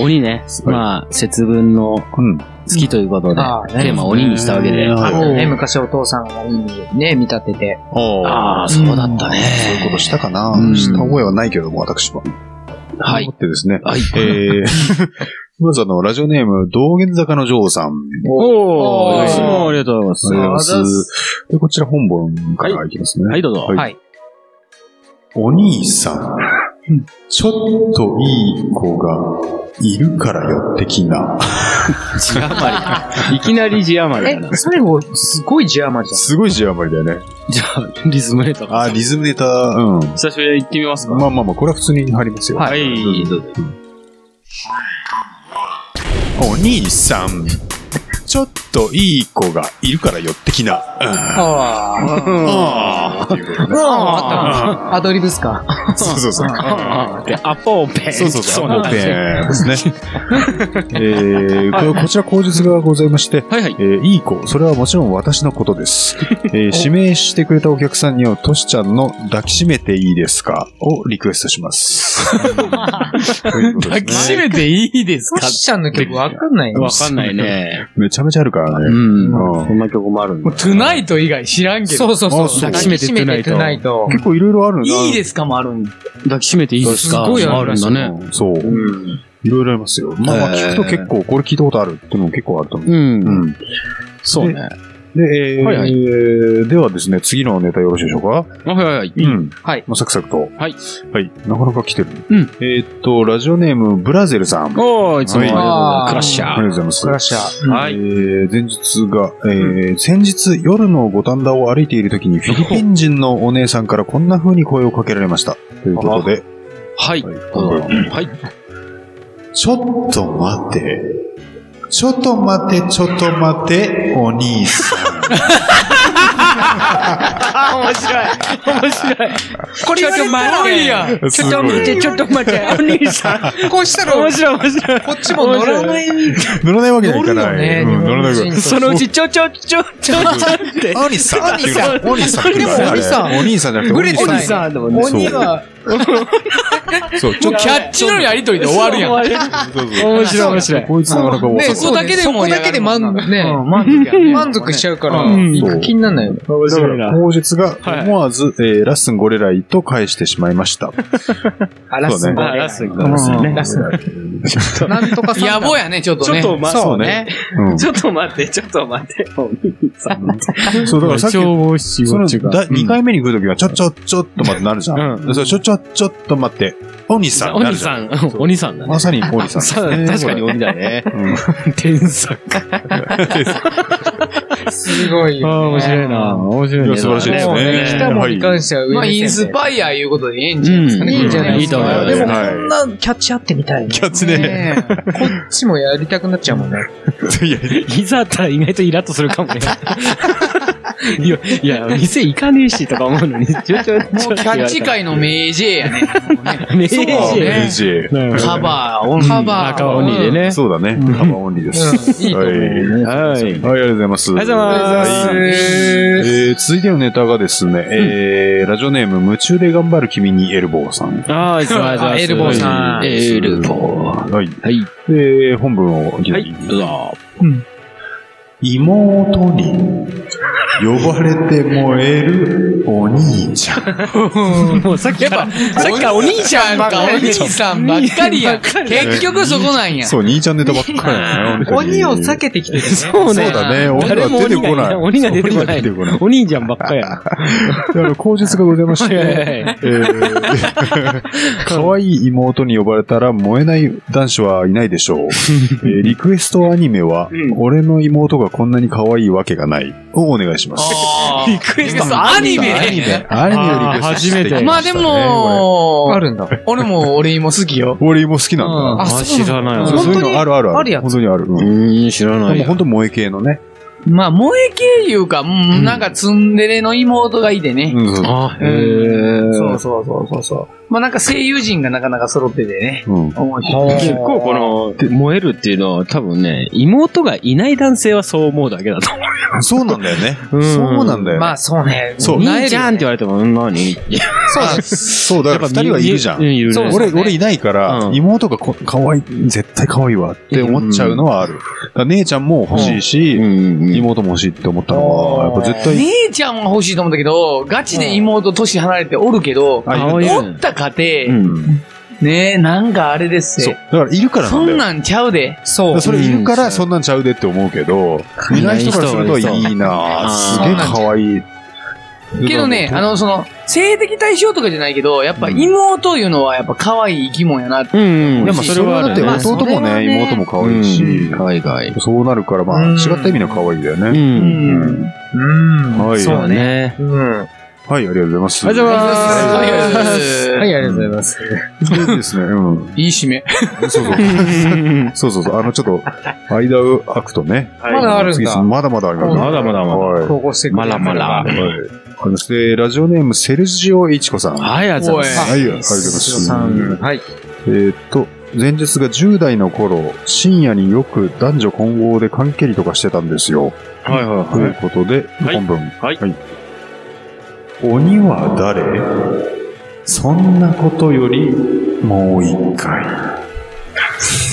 Speaker 6: 鬼ね。まあ、節分の
Speaker 4: うん。
Speaker 6: 好きということで、
Speaker 3: ああ
Speaker 6: テーマを鬼にしたわけで。
Speaker 4: うん
Speaker 3: あの
Speaker 4: は
Speaker 3: ね、
Speaker 4: い
Speaker 3: 昔お父さんがいいね、見立てて。
Speaker 6: あ
Speaker 4: あ
Speaker 6: あ、
Speaker 4: あ、
Speaker 6: そうだったね。
Speaker 4: そういうことしたかな、
Speaker 6: うん
Speaker 4: した覚えはないけども、私は。
Speaker 6: はい
Speaker 4: 思ってですね。
Speaker 6: はい。
Speaker 4: えー
Speaker 6: [laughs]
Speaker 4: まずあの、ラジオネーム、道玄坂の女王さん。
Speaker 3: お
Speaker 6: おー、
Speaker 3: ー
Speaker 6: いつもありがとうございます。
Speaker 4: ありがとうございます。で、こちら本文からいきますね。
Speaker 6: はい、どうぞ。
Speaker 4: はい
Speaker 3: はい。
Speaker 4: お兄さん、ちょっといい子がいるから寄ってき
Speaker 6: [laughs]
Speaker 4: な。
Speaker 6: 字余り。いきなり字余り
Speaker 3: え
Speaker 6: だな、。
Speaker 3: 最後、すごい字余りじ
Speaker 4: すごい字余りだよね。
Speaker 6: じゃあ、リズムネタ。
Speaker 4: あー、リズムネタ、うん。
Speaker 6: 久しぶりに行ってみますか。
Speaker 4: まあまあまあ、これは普通に貼りますよ。
Speaker 6: はい、どうぞ。
Speaker 4: お兄さん、ちょっといい子がいるから寄ってきな。
Speaker 3: ゃん。ああ。
Speaker 4: ああ。っていうことね
Speaker 3: あったアドリブっすか。
Speaker 4: そうそうそう。
Speaker 6: で、アポーペン。
Speaker 4: そうそうそう。
Speaker 6: なんですよ
Speaker 4: ですね。えー、ここちら口述がございまして、
Speaker 6: はいはい
Speaker 4: え。ーいい子、それはもちろん私のことです。えー指名してくれたお客さんには、トシちゃんの抱きしめていいですかをリクエストします。ということですね
Speaker 6: 抱きしめていいです
Speaker 3: ト
Speaker 6: か
Speaker 3: シちゃんの曲わかんないよ。
Speaker 6: わかんないね。
Speaker 4: めちゃめちゃあるからね。
Speaker 6: ん
Speaker 4: うん
Speaker 6: そんな曲もあるん
Speaker 5: も
Speaker 6: だ
Speaker 5: う、。トゥナイト以外知らんけど。
Speaker 3: うそう
Speaker 4: あそう
Speaker 3: 抱きしめてトゥナイト。
Speaker 4: 結構いろいろあるんだ
Speaker 5: いいですかもあるんだ。
Speaker 6: 抱きしめていいですか
Speaker 5: すごいある
Speaker 6: ある
Speaker 5: ら
Speaker 6: ん
Speaker 5: しい
Speaker 6: だね。
Speaker 4: うんそう。
Speaker 6: うん。
Speaker 4: いろいろありますよ。まあまあ
Speaker 6: へー
Speaker 4: 聞くと結構、これ聞いたことあるっていうのも結構あると思う。
Speaker 6: うん。
Speaker 4: ん。
Speaker 6: そうね。
Speaker 4: で、えー
Speaker 6: はいはい
Speaker 4: えーではですね、次のネタよろしいでしょうか
Speaker 6: あはいはいはい。
Speaker 4: うん。
Speaker 3: はい。
Speaker 4: もうサクサクと。
Speaker 6: はい。
Speaker 4: はい。なかなか来てる。
Speaker 6: うん
Speaker 4: えーっと、ラジオネーム、ブラゼルさん。
Speaker 6: おー、いつもありがとうござい
Speaker 3: はい
Speaker 6: ます。クラッシ
Speaker 4: あ
Speaker 6: ャ
Speaker 4: り
Speaker 6: ー。
Speaker 4: がとうございます。
Speaker 3: クラッシャー。
Speaker 6: はい
Speaker 4: えー前日が、えー先日夜の五反田を歩いている時にフィリピン人のお姉さんからこんな風に声をかけられました。ということで、
Speaker 6: はい。
Speaker 4: はい
Speaker 6: はい。
Speaker 4: ちょっと待って。ちょっと待って、ちょっと待って、お兄さん。
Speaker 6: あ、面白い。面白い。
Speaker 3: これちょっと待ってや
Speaker 4: ちょっと待って
Speaker 3: ちょっと待って、お兄さん。こうしたら、
Speaker 6: 面白い、面白い。
Speaker 3: こっちも乗らない。
Speaker 4: 乗らないわけにはいか
Speaker 3: 乗
Speaker 4: ない。
Speaker 3: るよね
Speaker 4: うん乗らないわけにはいかない。
Speaker 6: そのうち、ちょちょちょちょちょって。
Speaker 4: お兄さんっていうのお兄さんっていうの
Speaker 3: でもお兄さん
Speaker 4: お兄さんじゃなくて、
Speaker 3: ブレてない
Speaker 6: さんだもん
Speaker 4: ね
Speaker 3: 鬼は、
Speaker 4: そう、ちょっと
Speaker 5: キャッチのやりとりで終わるやん。
Speaker 4: そうそう
Speaker 6: 面白い面白い。
Speaker 4: こいつなかなか分かんない
Speaker 5: ねそこだけで
Speaker 3: そ
Speaker 5: も
Speaker 3: こだけで満
Speaker 5: やがるもん
Speaker 3: ね
Speaker 5: うん満足やね
Speaker 3: 満足しちゃうから、
Speaker 5: うん
Speaker 3: 行く気にならないよね。
Speaker 6: 面
Speaker 4: だから、。口述が思わず、えーラッスンゴレライと返してしまいました。
Speaker 3: あ、ラッスン
Speaker 4: そうね
Speaker 3: あラッスン
Speaker 5: ん
Speaker 3: ラッスンなんとかさんだ
Speaker 5: 野暮やね、ちょっと
Speaker 1: ちょ
Speaker 5: ね
Speaker 1: っ。と待っ
Speaker 4: そうね。う
Speaker 1: て、
Speaker 4: ん
Speaker 1: ちょっと待って、ちょっと待って。お兄さん
Speaker 4: そう、だからさっき、
Speaker 6: 超し
Speaker 4: その、
Speaker 6: うか。
Speaker 4: 2回目に来るときは、ちょ、ちょ、ちょっと待ってなるじゃん。そう、ちょ、ちょ、ちょっと待って、お兄さん
Speaker 6: お
Speaker 4: になる
Speaker 6: 兄
Speaker 4: じゃん。
Speaker 6: さん、お兄さんだ [laughs] ね。
Speaker 4: まさにお兄さんです
Speaker 6: そうだね
Speaker 4: ね。
Speaker 6: 確かに鬼だね。
Speaker 4: うん。
Speaker 6: 天作。
Speaker 3: すごいよね。
Speaker 6: ああ、面白いな。面白
Speaker 4: い
Speaker 6: いね。
Speaker 4: や素晴らしいです
Speaker 3: もうね。
Speaker 4: ね
Speaker 3: 来たもんに関しては上
Speaker 5: まあ、イン
Speaker 3: 目線
Speaker 5: ス
Speaker 3: で
Speaker 5: パイアいうことでええん
Speaker 6: う
Speaker 5: じゃないですか
Speaker 6: ん。
Speaker 5: ね。
Speaker 3: いいんじゃない
Speaker 6: い
Speaker 3: で
Speaker 6: い
Speaker 3: すか
Speaker 6: と思うよ。
Speaker 3: でも
Speaker 6: ね
Speaker 4: はい
Speaker 3: こんなキャッチあってみたいね。
Speaker 4: キャッチね。
Speaker 3: ねえこっちもやりたくなっちゃうもんね。
Speaker 4: いや、
Speaker 6: いざったら意外とイラッとするか [laughs] もね。いや、いや、店行かねえしとか思うのに、ちょちょちょ。
Speaker 5: もうキャッチ界の名 J やね。もうね
Speaker 6: ねえ
Speaker 5: そう
Speaker 6: し
Speaker 5: ね
Speaker 4: 明治
Speaker 5: カバー、オンリー。
Speaker 3: カバー
Speaker 6: 赤鬼でね。
Speaker 4: そうだね。カバーオンリーで
Speaker 3: う
Speaker 4: す。
Speaker 3: んいいと思う
Speaker 4: はい
Speaker 6: はい。ありが
Speaker 4: はい、ありがとうございます。
Speaker 6: とうございます。
Speaker 4: えー続いてのネタがですね、えーラジオネーム、夢中で頑張る君にエルボーさん。
Speaker 6: あー、いつもありがとうございます。
Speaker 3: エルボーさん
Speaker 6: エルボー。
Speaker 4: はい。
Speaker 6: はい。
Speaker 4: で、本文をいきなり
Speaker 6: どうぞ。
Speaker 4: 妹に呼ばれて燃えるお兄ちゃん。
Speaker 6: もうさっき
Speaker 5: やっ
Speaker 6: から、
Speaker 5: ぱ、さっきからお兄ちゃんかお兄さんばっかりやん。結局そこなんや。
Speaker 4: そう、兄ちゃんネタばっかりだね。本当に
Speaker 3: [laughs] 鬼を避けてきてるね。
Speaker 6: そう
Speaker 4: そう
Speaker 6: ね。
Speaker 4: だね。鬼
Speaker 6: 誰も
Speaker 4: が出て
Speaker 6: 鬼
Speaker 4: こない。
Speaker 6: が鬼が出てこな
Speaker 4: 鬼
Speaker 6: い
Speaker 4: が出てこない。
Speaker 6: お兄ちゃんばっかや。
Speaker 4: であの、口述がございまし
Speaker 6: はいはい
Speaker 4: て、
Speaker 6: はい
Speaker 4: えー可愛い妹に呼ばれたら燃えない男子はいないでしょう。えーリクエストアニメは、俺の妹がこんなに可愛いわけがないをお願いします。
Speaker 5: あー
Speaker 6: リクエスト
Speaker 5: アニメ
Speaker 6: アニメ
Speaker 4: アニメをリクエストしてき
Speaker 6: あー初め
Speaker 4: ま
Speaker 6: て
Speaker 5: まあ
Speaker 4: した
Speaker 5: で
Speaker 4: ね
Speaker 3: あ
Speaker 5: も、
Speaker 3: るんだ。
Speaker 5: 俺も俺も好きよ。
Speaker 4: これ俺も好きなんだ。
Speaker 3: あそう
Speaker 6: 知らない
Speaker 3: あ
Speaker 6: わ。
Speaker 4: そうそう
Speaker 3: 本
Speaker 4: い
Speaker 3: 当
Speaker 4: う
Speaker 3: に
Speaker 4: のあるある
Speaker 3: あるやつ
Speaker 4: 本当にある。うん
Speaker 6: うん、知らな
Speaker 4: で
Speaker 6: い
Speaker 4: も
Speaker 6: や。
Speaker 4: 本当萌え系のね。
Speaker 5: まあ、萌え系いうか、うんなんかツンデレの妹がいてね。
Speaker 4: うん。そう
Speaker 6: あ、へ
Speaker 5: う
Speaker 6: ー
Speaker 5: んそうそうそうそうそう。まあなんか声優陣がなかなか揃っててね。
Speaker 4: うん。
Speaker 5: 面白い。
Speaker 6: 結構この、燃えるっていうのは多分ね、妹がいない男性はそう思うだけだと思
Speaker 4: そうなんだよね。
Speaker 6: うん。
Speaker 4: そうなんだよね。
Speaker 3: まあそうね。
Speaker 4: そう
Speaker 6: 兄ちゃんって言われても、うん何
Speaker 4: あそう、だから二人はいるじゃ。
Speaker 6: うんいるね
Speaker 5: そう
Speaker 4: 俺、俺いないから
Speaker 6: う、ん
Speaker 4: 妹がこ可愛い、絶対可愛いわって思っちゃうのはある。だから姉ちゃんも欲しい
Speaker 6: うん
Speaker 4: し、
Speaker 6: うんうん
Speaker 4: 妹も欲しいって思ったのは、やっぱ絶対、
Speaker 5: 姉ちゃんは欲しいと思ったけど、ガチで妹年離れておるけど、
Speaker 4: あいる
Speaker 6: あいる
Speaker 5: おった家
Speaker 6: う
Speaker 5: 庭、
Speaker 6: ん
Speaker 5: ねなんかあれです
Speaker 4: そう。
Speaker 5: よ
Speaker 4: だ。からいるからな
Speaker 5: そ
Speaker 4: んだよ。
Speaker 5: ん
Speaker 4: だか
Speaker 5: なんちゃうで。
Speaker 3: そ
Speaker 4: ら
Speaker 3: う。
Speaker 4: それいるからそんなんちゃうでって思うけど、いない人からするといいなぁす
Speaker 6: そう
Speaker 4: げえ可愛い。
Speaker 5: けどね、あ
Speaker 4: の、
Speaker 5: の、その、性的対象とかじゃないけど、やっぱ妹いうのはやっぱ可愛い生き物やなって。
Speaker 6: うんうん。
Speaker 4: でもそれはだって
Speaker 5: まあそれは
Speaker 4: 弟もね、
Speaker 5: ね
Speaker 4: 妹も可
Speaker 6: 多
Speaker 4: 愛いし、
Speaker 6: かわいかわい。
Speaker 4: そうなるから、まあ、
Speaker 3: うん
Speaker 4: 違った意味の可愛いだよ
Speaker 6: う。
Speaker 4: ね。
Speaker 5: うんん。
Speaker 3: うん。
Speaker 4: はい
Speaker 3: そうね。
Speaker 6: ね。
Speaker 3: うん。は
Speaker 4: はい、ありがとうございます。
Speaker 6: ありがとうございます
Speaker 4: は
Speaker 5: ありがとうございます
Speaker 3: い、ありがとうございます。
Speaker 4: いいいですね。うん。
Speaker 5: いい締め。
Speaker 4: そうそう。そうそうそう。あの、ちょっと、間を空くとね。
Speaker 3: まだあるんだ
Speaker 4: 次まだまだあります。
Speaker 6: まだまだまだ
Speaker 4: はい。
Speaker 3: 投稿してくれ
Speaker 6: まらまら。
Speaker 4: はい。そして、ラジオネーム、セルジオ・イチコさん。はい、
Speaker 6: はい、ありがとうございます。
Speaker 4: ありがとうございま
Speaker 3: さん。
Speaker 4: す。
Speaker 3: はい。
Speaker 4: えーっと、前日が10代の頃、深夜によく男女混合で缶蹴りとかしてたんですよ。
Speaker 6: はいはいはい
Speaker 4: ということで、
Speaker 1: はい
Speaker 4: 本文。
Speaker 1: はい
Speaker 4: 鬼は誰そんなことより、もう一回。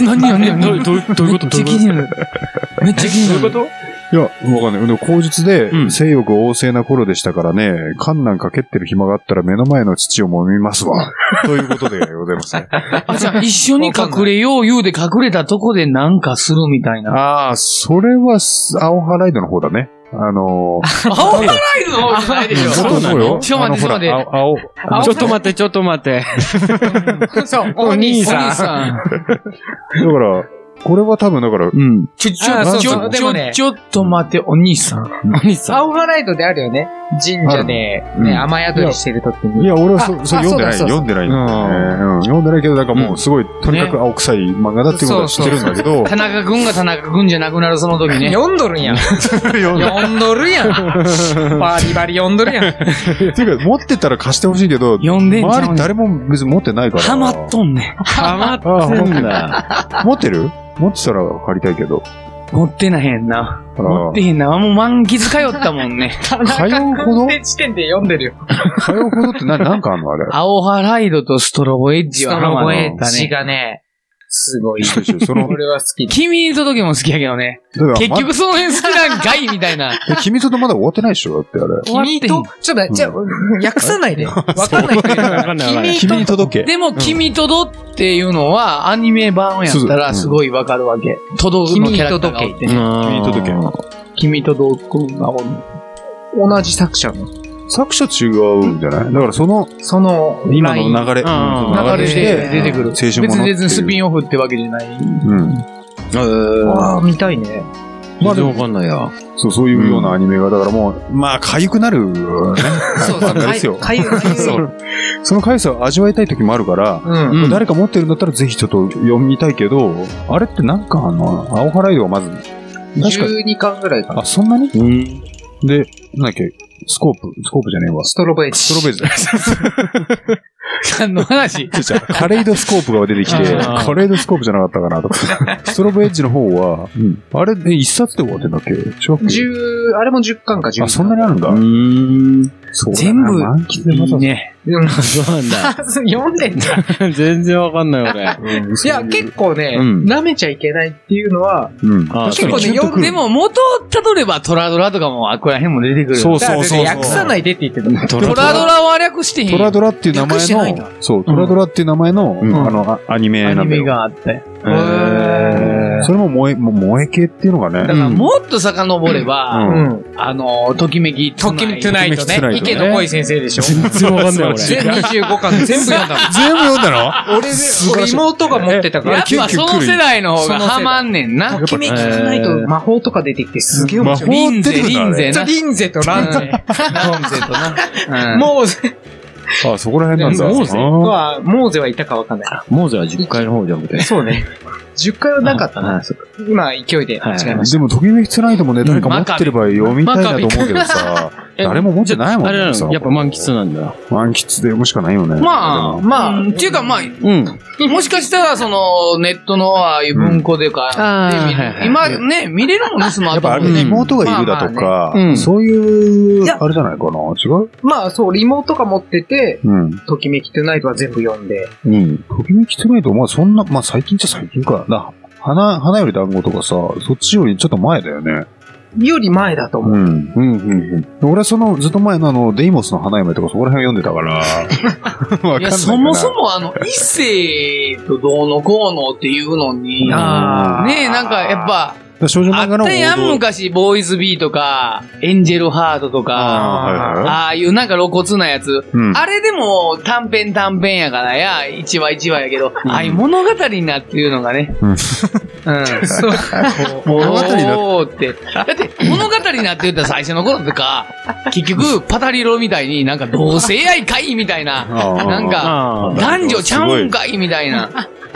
Speaker 5: 何何何
Speaker 6: どういうどういうことどういうこと
Speaker 5: めっちゃ気になる。めっちゃ気になる。
Speaker 1: と
Speaker 4: いや、わかんない。でも口述で
Speaker 6: う、ん
Speaker 4: 性欲旺盛な頃でしたからね、缶なんか蹴ってる暇があったら目の前の父を揉みますわ。 [laughs] ということでございますね。
Speaker 5: あ、じゃあ一緒に隠れよう言うで隠れたとこでなんかするみたいな。
Speaker 4: [laughs] ああ、それはす、青ハライドの方だね。あのー、
Speaker 5: 青ハライズの方じゃないでしょ。
Speaker 4: そうそうそうよ。
Speaker 5: ちょっと待って
Speaker 4: あの
Speaker 5: ちょ
Speaker 4: ほら
Speaker 5: っと待っ
Speaker 4: 青、青
Speaker 6: ちょっと待って、ちょっと待って。
Speaker 5: そう、
Speaker 6: お兄さ
Speaker 5: お
Speaker 6: ん
Speaker 5: 兄さん。
Speaker 4: だから、これは多分だから、
Speaker 6: うん。
Speaker 5: ちょ、ち
Speaker 3: あーそ
Speaker 5: ょ、
Speaker 3: う
Speaker 5: ち
Speaker 3: そう
Speaker 5: ょ、
Speaker 3: で
Speaker 5: ち
Speaker 3: も
Speaker 5: ょ
Speaker 3: ね、
Speaker 5: ちょっと待って、お兄さん。
Speaker 6: お兄さん。
Speaker 3: 青ハライトであるよね。神社で、
Speaker 4: うん
Speaker 3: ね、雨宿りしてる時
Speaker 4: い
Speaker 3: に。
Speaker 4: や、俺はそ、そう
Speaker 3: あ
Speaker 4: 読んでない。
Speaker 3: そうだそうだ
Speaker 4: 読んでないんだよね、
Speaker 6: うん
Speaker 4: うん読んでないけど、なんかもうすごい、とにかく青臭い漫画だっていうことは知ってるんだけど、
Speaker 5: 田中くんが田中くんじゃなくなるその時ね。
Speaker 3: 読んどるんやん。
Speaker 4: [laughs] 読んで
Speaker 3: 読んどるやん。バリバリ読んどるやん。
Speaker 4: っていうか、持ってたら貸してほしいけど、
Speaker 5: 読んでんじゃ
Speaker 4: 周り
Speaker 5: ん。
Speaker 4: 誰も別に持ってないから。
Speaker 5: ハマっとんねん。
Speaker 6: ハ
Speaker 4: あ
Speaker 6: マ
Speaker 4: あ、
Speaker 6: ってん
Speaker 4: 本
Speaker 6: だ。
Speaker 4: 持ってる持ってたら借りたいけど。
Speaker 5: 持ってなへんな。
Speaker 4: あ
Speaker 5: 持
Speaker 4: ら
Speaker 5: って、へんな。もう満喫通ったもんね。
Speaker 3: 田
Speaker 4: 中君って
Speaker 3: 時点で読んでるよ。
Speaker 4: 通うほどって
Speaker 5: [laughs]
Speaker 4: な、なんかあんのあれ。
Speaker 5: アオハライドとストロボエッジ
Speaker 3: 人
Speaker 5: は
Speaker 3: の声
Speaker 5: だ
Speaker 3: 血
Speaker 5: ね。
Speaker 3: がね、すごい。
Speaker 4: 一緒一緒そ
Speaker 5: [laughs]
Speaker 4: の、
Speaker 3: 俺は好き。
Speaker 5: 君と時も好きやけどね。
Speaker 4: だから
Speaker 5: 結
Speaker 4: ま
Speaker 5: 局その辺好きなんかいみたいな。
Speaker 4: え君とまだ終わってないでしょだってあれ。
Speaker 5: 終わってへ
Speaker 3: 君
Speaker 5: ん
Speaker 3: と、ちょっと待って、 [laughs] じゃあ、訳さないで。わかんない人いるか
Speaker 6: わ
Speaker 3: ら
Speaker 6: かんないわかんない
Speaker 4: 君に届け。
Speaker 5: でも、君とどっていうのは、アニメ版やったらすごいわかるわけ。とどのキャラクターがおって
Speaker 4: 君
Speaker 5: ね。
Speaker 4: に届け。
Speaker 5: 君とどくんがおる。
Speaker 3: 同じ作者の、
Speaker 4: 作者違うんじゃないだからその、
Speaker 3: その、
Speaker 4: 今
Speaker 3: ライン
Speaker 4: の流れ、
Speaker 6: うん
Speaker 4: うん
Speaker 5: 流れで出てくる。
Speaker 4: 青春
Speaker 5: 別
Speaker 4: ものっ
Speaker 5: に
Speaker 4: ていう
Speaker 5: 別にスピンオフってわけじゃない。
Speaker 4: うん。
Speaker 3: ああ、見たいね。
Speaker 6: まあ、わかんないや。
Speaker 4: そう、そういうようなアニメが、だからもう、まあ、痒くなるよね。
Speaker 5: [laughs]
Speaker 3: そう
Speaker 4: あれですよ
Speaker 3: かゆかゆかゆい
Speaker 4: そうその痒さを味わいたい時もあるから、
Speaker 3: うん。
Speaker 5: うん
Speaker 4: 誰か持ってるんだったらぜひちょっと読みたいけど、あれってなんかあの、青ハライドがまず、確かに、
Speaker 3: 12巻ぐらいかな。
Speaker 4: あ、そんなに
Speaker 6: うん。
Speaker 4: で、なんだっけ、スコープ、スコープじゃねえわ。
Speaker 3: ストロベージ。
Speaker 4: ストロベージだ。
Speaker 5: 何の話
Speaker 4: 違う違うカレイドスコープが出てきて、
Speaker 5: あー
Speaker 4: カレイドスコープじゃなかったかなとか。ストロベエッジの方は、あれ、ね、一冊で終わってんだっけ違うっけ
Speaker 3: 10、あれも10巻か11巻。
Speaker 4: あ、そんなにあるんだ。
Speaker 6: うん。
Speaker 4: そうだな
Speaker 5: 全部
Speaker 4: 満喫でま
Speaker 5: い
Speaker 4: た
Speaker 5: いね。
Speaker 3: うん
Speaker 6: そうなん
Speaker 3: [laughs]
Speaker 6: だ。
Speaker 3: 読んでんだ。
Speaker 6: 全然わかんない俺。
Speaker 3: いや、結構ね、
Speaker 6: うん
Speaker 3: 舐めちゃいけないっていうのは、
Speaker 4: うん。
Speaker 6: あ
Speaker 3: 結構ね、
Speaker 5: よ
Speaker 3: 読ん
Speaker 5: で
Speaker 3: でも、
Speaker 5: も、元をたどればトラドラとかも、あ、ここら辺も出てくる。
Speaker 4: そう
Speaker 3: だから
Speaker 4: そ
Speaker 3: 別
Speaker 4: うそう
Speaker 3: に
Speaker 4: そう。
Speaker 3: 訳さないでって言ってた。
Speaker 6: ト
Speaker 5: トラドラは略してへん。
Speaker 4: トラドラっていう名
Speaker 3: 略してない
Speaker 4: 前
Speaker 3: んだ
Speaker 4: の、そう、トラドラっていう名前の、
Speaker 6: うん
Speaker 4: あの、あアニメ
Speaker 5: ア
Speaker 4: なんだ
Speaker 5: ニメ
Speaker 4: よ。
Speaker 5: があって。
Speaker 3: へー
Speaker 4: それも萌え、もう萌え系っていうのが
Speaker 5: だか
Speaker 4: ね。
Speaker 5: ら、もっと遡れば、
Speaker 4: うん
Speaker 3: うん。
Speaker 5: あの、ときめき
Speaker 3: トキミトゥナイトね
Speaker 4: トキ。ミトゥナイトね
Speaker 3: 池野恋先生でしょ。
Speaker 6: 全然わかんない俺。
Speaker 3: 全25巻全部読んだ
Speaker 4: 全部読んだの
Speaker 3: の。 [laughs] 俺、俺妹が持ってたか
Speaker 5: や
Speaker 3: ら
Speaker 5: っ。ぱその世代の方がハマんねんな
Speaker 3: と。きめきトゥナイト魔法とか出てきてすげえ面白い。
Speaker 4: 魔法
Speaker 5: リンゼ、
Speaker 4: 出てくる
Speaker 5: リ
Speaker 4: ん
Speaker 5: ン
Speaker 4: だね
Speaker 5: ゼ
Speaker 3: ちょ
Speaker 5: な。
Speaker 3: リンゼとランゼ。
Speaker 5: ンゼとな。も
Speaker 3: もう、
Speaker 4: あ、そこら辺なんだ。
Speaker 6: モーゼ
Speaker 4: あ
Speaker 3: は、モーゼはいたかわかんない。
Speaker 6: モーゼは10回の方じゃなくて。
Speaker 3: そうね。10回はなかったな。
Speaker 6: は
Speaker 3: 今、勢いで違いました。
Speaker 4: ーでも、ときめきつないともね、誰か持ってれば読みたいなと思うけどさ、
Speaker 6: え
Speaker 4: 誰も持ってないもん
Speaker 6: あれな
Speaker 4: そ
Speaker 6: の
Speaker 4: の
Speaker 6: やっぱ満喫なんだ。
Speaker 4: 満喫で読むしかないよね。
Speaker 5: うまあ、まあ、っていうかまあ、
Speaker 6: うん。
Speaker 5: もしかしたら、その、ネットのああいう文庫でか、
Speaker 6: あーは
Speaker 5: で
Speaker 6: いはい
Speaker 5: 今ね、見れるもんね、ス
Speaker 4: や
Speaker 5: マー
Speaker 4: っぱ
Speaker 5: ト
Speaker 4: あ
Speaker 5: フォ
Speaker 4: れ、
Speaker 5: ンでね。
Speaker 6: ね
Speaker 4: 妹がいるだと
Speaker 3: ま
Speaker 4: か
Speaker 6: あねう、ん
Speaker 4: そういう、
Speaker 3: いや
Speaker 4: あれじゃないかな違う
Speaker 3: まあ、そう、妹が持ってて、
Speaker 4: うん。
Speaker 3: ときめきトゥナイトは全部読んで。
Speaker 6: うん。
Speaker 4: ときめきつないと、まあそんな、まあ最近じゃ最近か。な、花、花より団子とかさ、そっちよりちょっと前だよね。
Speaker 3: より前だと思う。
Speaker 4: ん。
Speaker 6: うん。うん。
Speaker 4: 俺はその、ずっと前のあの、デイモスの花嫁とかそこら辺を読んでたから。わかんない
Speaker 5: [laughs] い
Speaker 4: か
Speaker 5: や、
Speaker 4: ら
Speaker 5: そもそもあの、異性とどうのこうのっていうのに、ね
Speaker 3: あー
Speaker 5: え、なんかやっぱ、
Speaker 4: 少女
Speaker 5: あ
Speaker 4: 漫画
Speaker 5: っ
Speaker 4: の王
Speaker 5: たやん、
Speaker 4: 道。
Speaker 5: 昔、ボーイズビーとか、エンジェルハートとか、
Speaker 4: あーはいはい
Speaker 5: ああいうなんか露骨なやつ。
Speaker 4: うん
Speaker 5: あれでも短編短編やからや、一話一話やけど、ああいう物語になっていうのがね。
Speaker 4: うん
Speaker 5: うん。そう。
Speaker 4: [laughs] 物語になっ
Speaker 5: おーって。だって、物語になって言ったら最初の頃とか、結局、パタリロみたいになんか同性愛かいみたいな。
Speaker 4: あー
Speaker 5: なんか、
Speaker 6: あ
Speaker 5: 男女ちゃうんかいみたいな。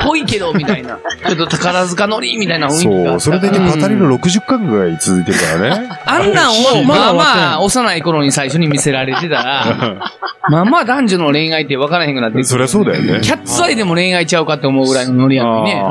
Speaker 5: ぽいけど、みたいな。ちょっと宝塚のりみたいな雰囲気があったか
Speaker 4: そ
Speaker 5: ら。
Speaker 4: う、それでね、
Speaker 6: うん
Speaker 4: 語りの60巻ぐらい続いてるから
Speaker 5: [laughs]
Speaker 4: ね。
Speaker 5: あんなんを、
Speaker 6: ま
Speaker 5: まあ
Speaker 6: だ終わってない
Speaker 5: まあ、幼い頃に最初に見せられてたら、まあまあ男女の恋愛って分からへんくなって
Speaker 4: そりゃそうだよね
Speaker 5: キャッツアイでも恋愛ちゃうかって思うぐらいのノリやのにね。
Speaker 4: あ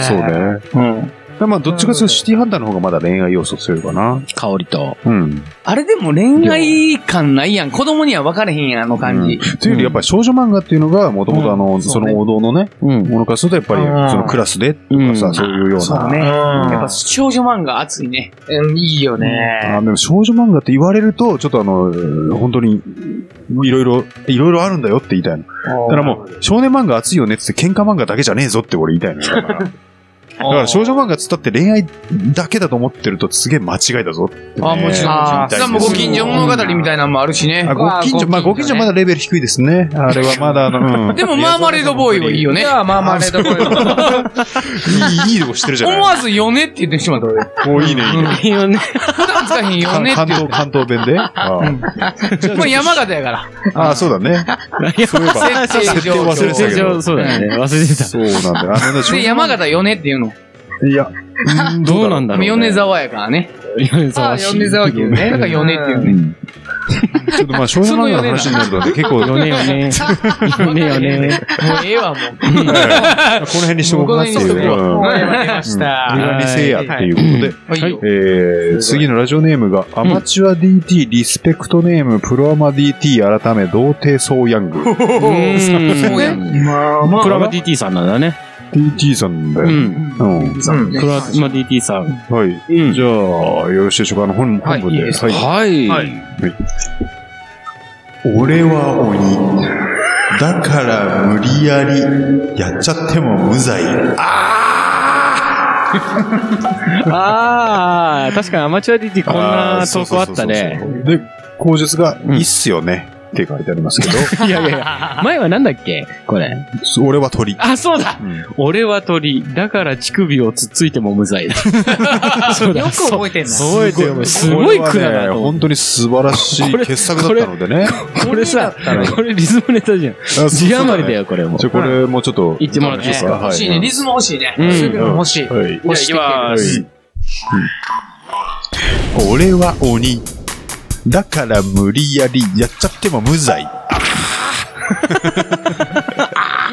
Speaker 4: ーそうね。
Speaker 5: うんうん
Speaker 4: でまあ、どっちかというとシティハンターの方がまだ恋愛要素強いかな。
Speaker 6: 香りと。
Speaker 4: うん。
Speaker 5: あれでも恋愛感ないやん。子供には分からへんやん、あの感じ。
Speaker 4: というより、やっぱり少女漫画っていうのが、もともとあの、その王道のね、
Speaker 6: うん。
Speaker 4: ものからすると、やっぱ
Speaker 3: うん
Speaker 4: り、そのクラスでとか
Speaker 6: う
Speaker 4: さ、
Speaker 6: ん
Speaker 4: そういうよう
Speaker 5: そうね。
Speaker 4: な。
Speaker 5: やっぱ少女漫画熱いね。
Speaker 3: うん、いいよ
Speaker 4: あ
Speaker 3: ね。
Speaker 4: でも少女漫画って言われると、ちょっとあの、本当に、いろいろ、いろいろあるんだよって言いたいの。だからもう、少年漫画熱いよねってって、喧嘩漫画だけじゃねえぞって俺言いた
Speaker 5: [laughs]
Speaker 4: いのよ。だからだから少女漫画つったって恋愛だけだと思ってるとすげえ間違いだぞってね。
Speaker 5: あ、もちろん。
Speaker 3: あー
Speaker 5: もちろん。もうご近所物語みたいなのもあるしね
Speaker 4: あ。ご近所、まあご近所まだレベル低いですね。あれはまだあの、うん
Speaker 5: [laughs] でも、マーマレードボーイはいいよ
Speaker 3: い
Speaker 5: ね。
Speaker 3: や、まあまあ、レッドボーイ
Speaker 4: いい、いいとこしてるじゃ
Speaker 5: [laughs] 思
Speaker 4: な
Speaker 5: わずよねって言ってしまった俺。
Speaker 4: い。もういいね、いいね。
Speaker 5: よね。普段使えへんよ
Speaker 4: 関
Speaker 5: ねって言っ
Speaker 4: 東、関東弁
Speaker 5: [laughs]
Speaker 4: でああ
Speaker 5: まあ山形やから。
Speaker 4: ああ、そうだね。そういえば、
Speaker 5: 設定上
Speaker 4: 設定忘れてたけど
Speaker 6: 全然。そうだよね。忘れて
Speaker 5: [laughs]
Speaker 6: た。
Speaker 4: そうなんだよ。あのね、
Speaker 5: で、
Speaker 4: 正
Speaker 5: 山形よねっていうの。
Speaker 4: 直いや、
Speaker 6: どうなんだろう、ね。
Speaker 5: 米沢やからね。
Speaker 6: 米沢市。
Speaker 3: 米沢牛ね。
Speaker 5: だから米っていうね。
Speaker 4: うんちょっとまあ、しょうがない話になるとね、結構、
Speaker 6: よねよね。よねよね。
Speaker 5: もうええわ、もう。
Speaker 4: この辺にしておこうかっていうね。
Speaker 5: もうこの辺にしとこう
Speaker 4: うん
Speaker 5: はい
Speaker 3: わかりました。
Speaker 4: 無駄にせいやっていうことで、
Speaker 5: はいよ。
Speaker 4: えー次のラジオネームが、アマチュア DT リスペクトネームプロアマ DT 改め童貞ソーヤン
Speaker 5: [laughs]
Speaker 4: グ。
Speaker 6: そう
Speaker 5: や
Speaker 3: まあま
Speaker 6: プラマ DT さんなんだね。
Speaker 4: DT さんだ
Speaker 6: う
Speaker 4: よ。
Speaker 6: ん。
Speaker 4: うん。
Speaker 3: うん
Speaker 6: プラマ DT さん。
Speaker 4: はい。
Speaker 6: うん。
Speaker 4: じゃあ、よろしいでしょうか。あの、本
Speaker 5: はい
Speaker 4: 本文
Speaker 5: いい
Speaker 4: で。
Speaker 5: です
Speaker 4: はい。
Speaker 6: はい。
Speaker 4: 俺は鬼。だから無理やり、やっちゃっても無罪。
Speaker 6: ああ、確かにアマチュア DT こんな投稿あったね。
Speaker 4: そうそうそうそう。で、口述が、
Speaker 6: うん
Speaker 4: いいっすよね。って書いてありますけど、 [laughs]
Speaker 6: いやいやいや。前はなんだっけこれ。
Speaker 4: 俺は鳥。
Speaker 6: あ、そうだ
Speaker 4: うん
Speaker 6: 俺は鳥。だから乳首をつっついても無罪だ。そうだ
Speaker 3: よく覚えてんな。
Speaker 6: 覚えてる。すごい
Speaker 4: こ
Speaker 6: 句
Speaker 4: れ
Speaker 6: だ
Speaker 4: は
Speaker 6: な
Speaker 4: ね
Speaker 6: と思っ
Speaker 4: 本当に素晴らしい
Speaker 6: これ
Speaker 4: 傑作だったのでね。
Speaker 6: て。これさ、これリズムネタじゃん。
Speaker 4: [laughs] あ
Speaker 6: 字余りだ。よ、これも
Speaker 4: そうそうだねじ。ゃあこれもうちょっと。
Speaker 6: 言ってもらっていいですか
Speaker 4: は
Speaker 5: 欲しいね。リズム欲しいね。
Speaker 6: うん
Speaker 3: そういうの欲しい。
Speaker 4: はい。
Speaker 5: 押してくれる
Speaker 6: はい
Speaker 4: うん俺は鬼。だから無理やりやっちゃっても無罪。
Speaker 3: や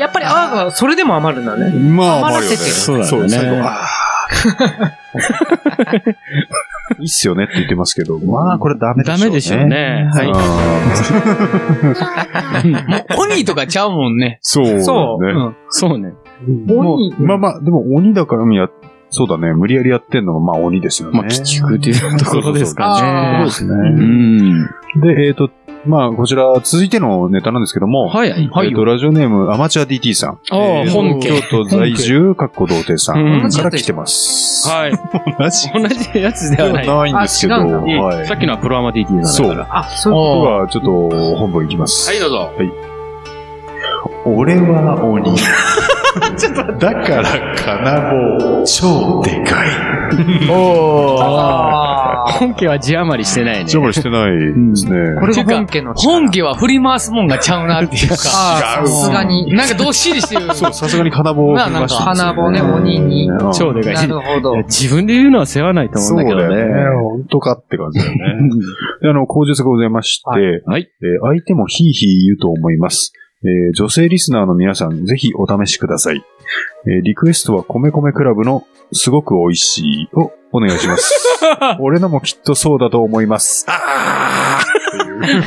Speaker 3: っぱり、あがそれでも余るんだね。
Speaker 4: まあ、
Speaker 3: 余ら
Speaker 4: 余る
Speaker 3: せ
Speaker 4: よね。
Speaker 3: て
Speaker 6: そうなんだ
Speaker 4: [laughs]
Speaker 6: ね
Speaker 4: 最後あーいいっすよねって言ってますけど、まあ、これダメでしょ
Speaker 6: ダ
Speaker 4: うね。
Speaker 6: メでしょうね。
Speaker 4: あー。
Speaker 6: はい。
Speaker 5: 鬼とかちゃうもんね。
Speaker 4: そう。
Speaker 3: そう
Speaker 4: ね
Speaker 6: そうね。
Speaker 4: もう
Speaker 3: 鬼
Speaker 4: まあまあ、でも鬼だからや、そうだね。無理やりやってんのが、まあ鬼ですよね。
Speaker 6: まあ、鬼畜っていうところですか
Speaker 5: あ
Speaker 6: ね。
Speaker 4: そうです
Speaker 6: う
Speaker 4: ね。
Speaker 6: ん。
Speaker 4: で、えっ、と、まあ、こちら、続いてのネタなんですけども、
Speaker 6: はいはい。
Speaker 4: えっ、と、ラジオネーム、アマチュア DT さん。
Speaker 6: ああ
Speaker 4: えー
Speaker 6: 本家
Speaker 4: 東京都在
Speaker 6: [laughs]
Speaker 4: 住、かっこ童貞さ
Speaker 6: うんん
Speaker 4: から来てます。
Speaker 6: はい。
Speaker 4: [laughs] マジ
Speaker 6: 同じやつで
Speaker 4: で
Speaker 6: は
Speaker 4: は
Speaker 6: ない。
Speaker 4: ないんですけど、
Speaker 3: あ違うんだ
Speaker 4: はい。
Speaker 6: さっきのはプロアマ DT なんだから。
Speaker 4: そう。
Speaker 3: あ、そういう
Speaker 4: 僕は、ちょっと、本文いきます。
Speaker 6: はい、どうぞ。
Speaker 4: 俺は
Speaker 6: [laughs]
Speaker 4: 鬼。だから、金棒、超でかい。
Speaker 6: [laughs]
Speaker 5: お
Speaker 3: あー
Speaker 6: 本家は字余りしてないね。
Speaker 4: ジョブしてないですね。
Speaker 3: これが本家の力。
Speaker 5: 本家は振り回すもんがちゃうなっていうか。
Speaker 3: あーさすがに。
Speaker 5: なんかどっしりしてる。
Speaker 4: そう、さすがに金棒を見ました、
Speaker 3: まあなんか金棒ね鬼に
Speaker 4: うん
Speaker 6: 超でかい
Speaker 3: な
Speaker 6: し。
Speaker 3: るほど。
Speaker 6: 自分で言うのは世話ないと思
Speaker 4: そううん
Speaker 6: だ
Speaker 4: だ
Speaker 6: けど
Speaker 4: よね。
Speaker 6: ね。
Speaker 4: 本当かって感じだよね。
Speaker 6: [laughs]
Speaker 4: であの、口述がございまして、
Speaker 6: はい
Speaker 4: えー相手もヒーヒー言うと思います。えー女性リスナーの皆さん、ぜひお試しください。えーリクエストは米米クラブのすごく美味しいをお願いし [laughs] ます。俺のもきっとそうだと思います。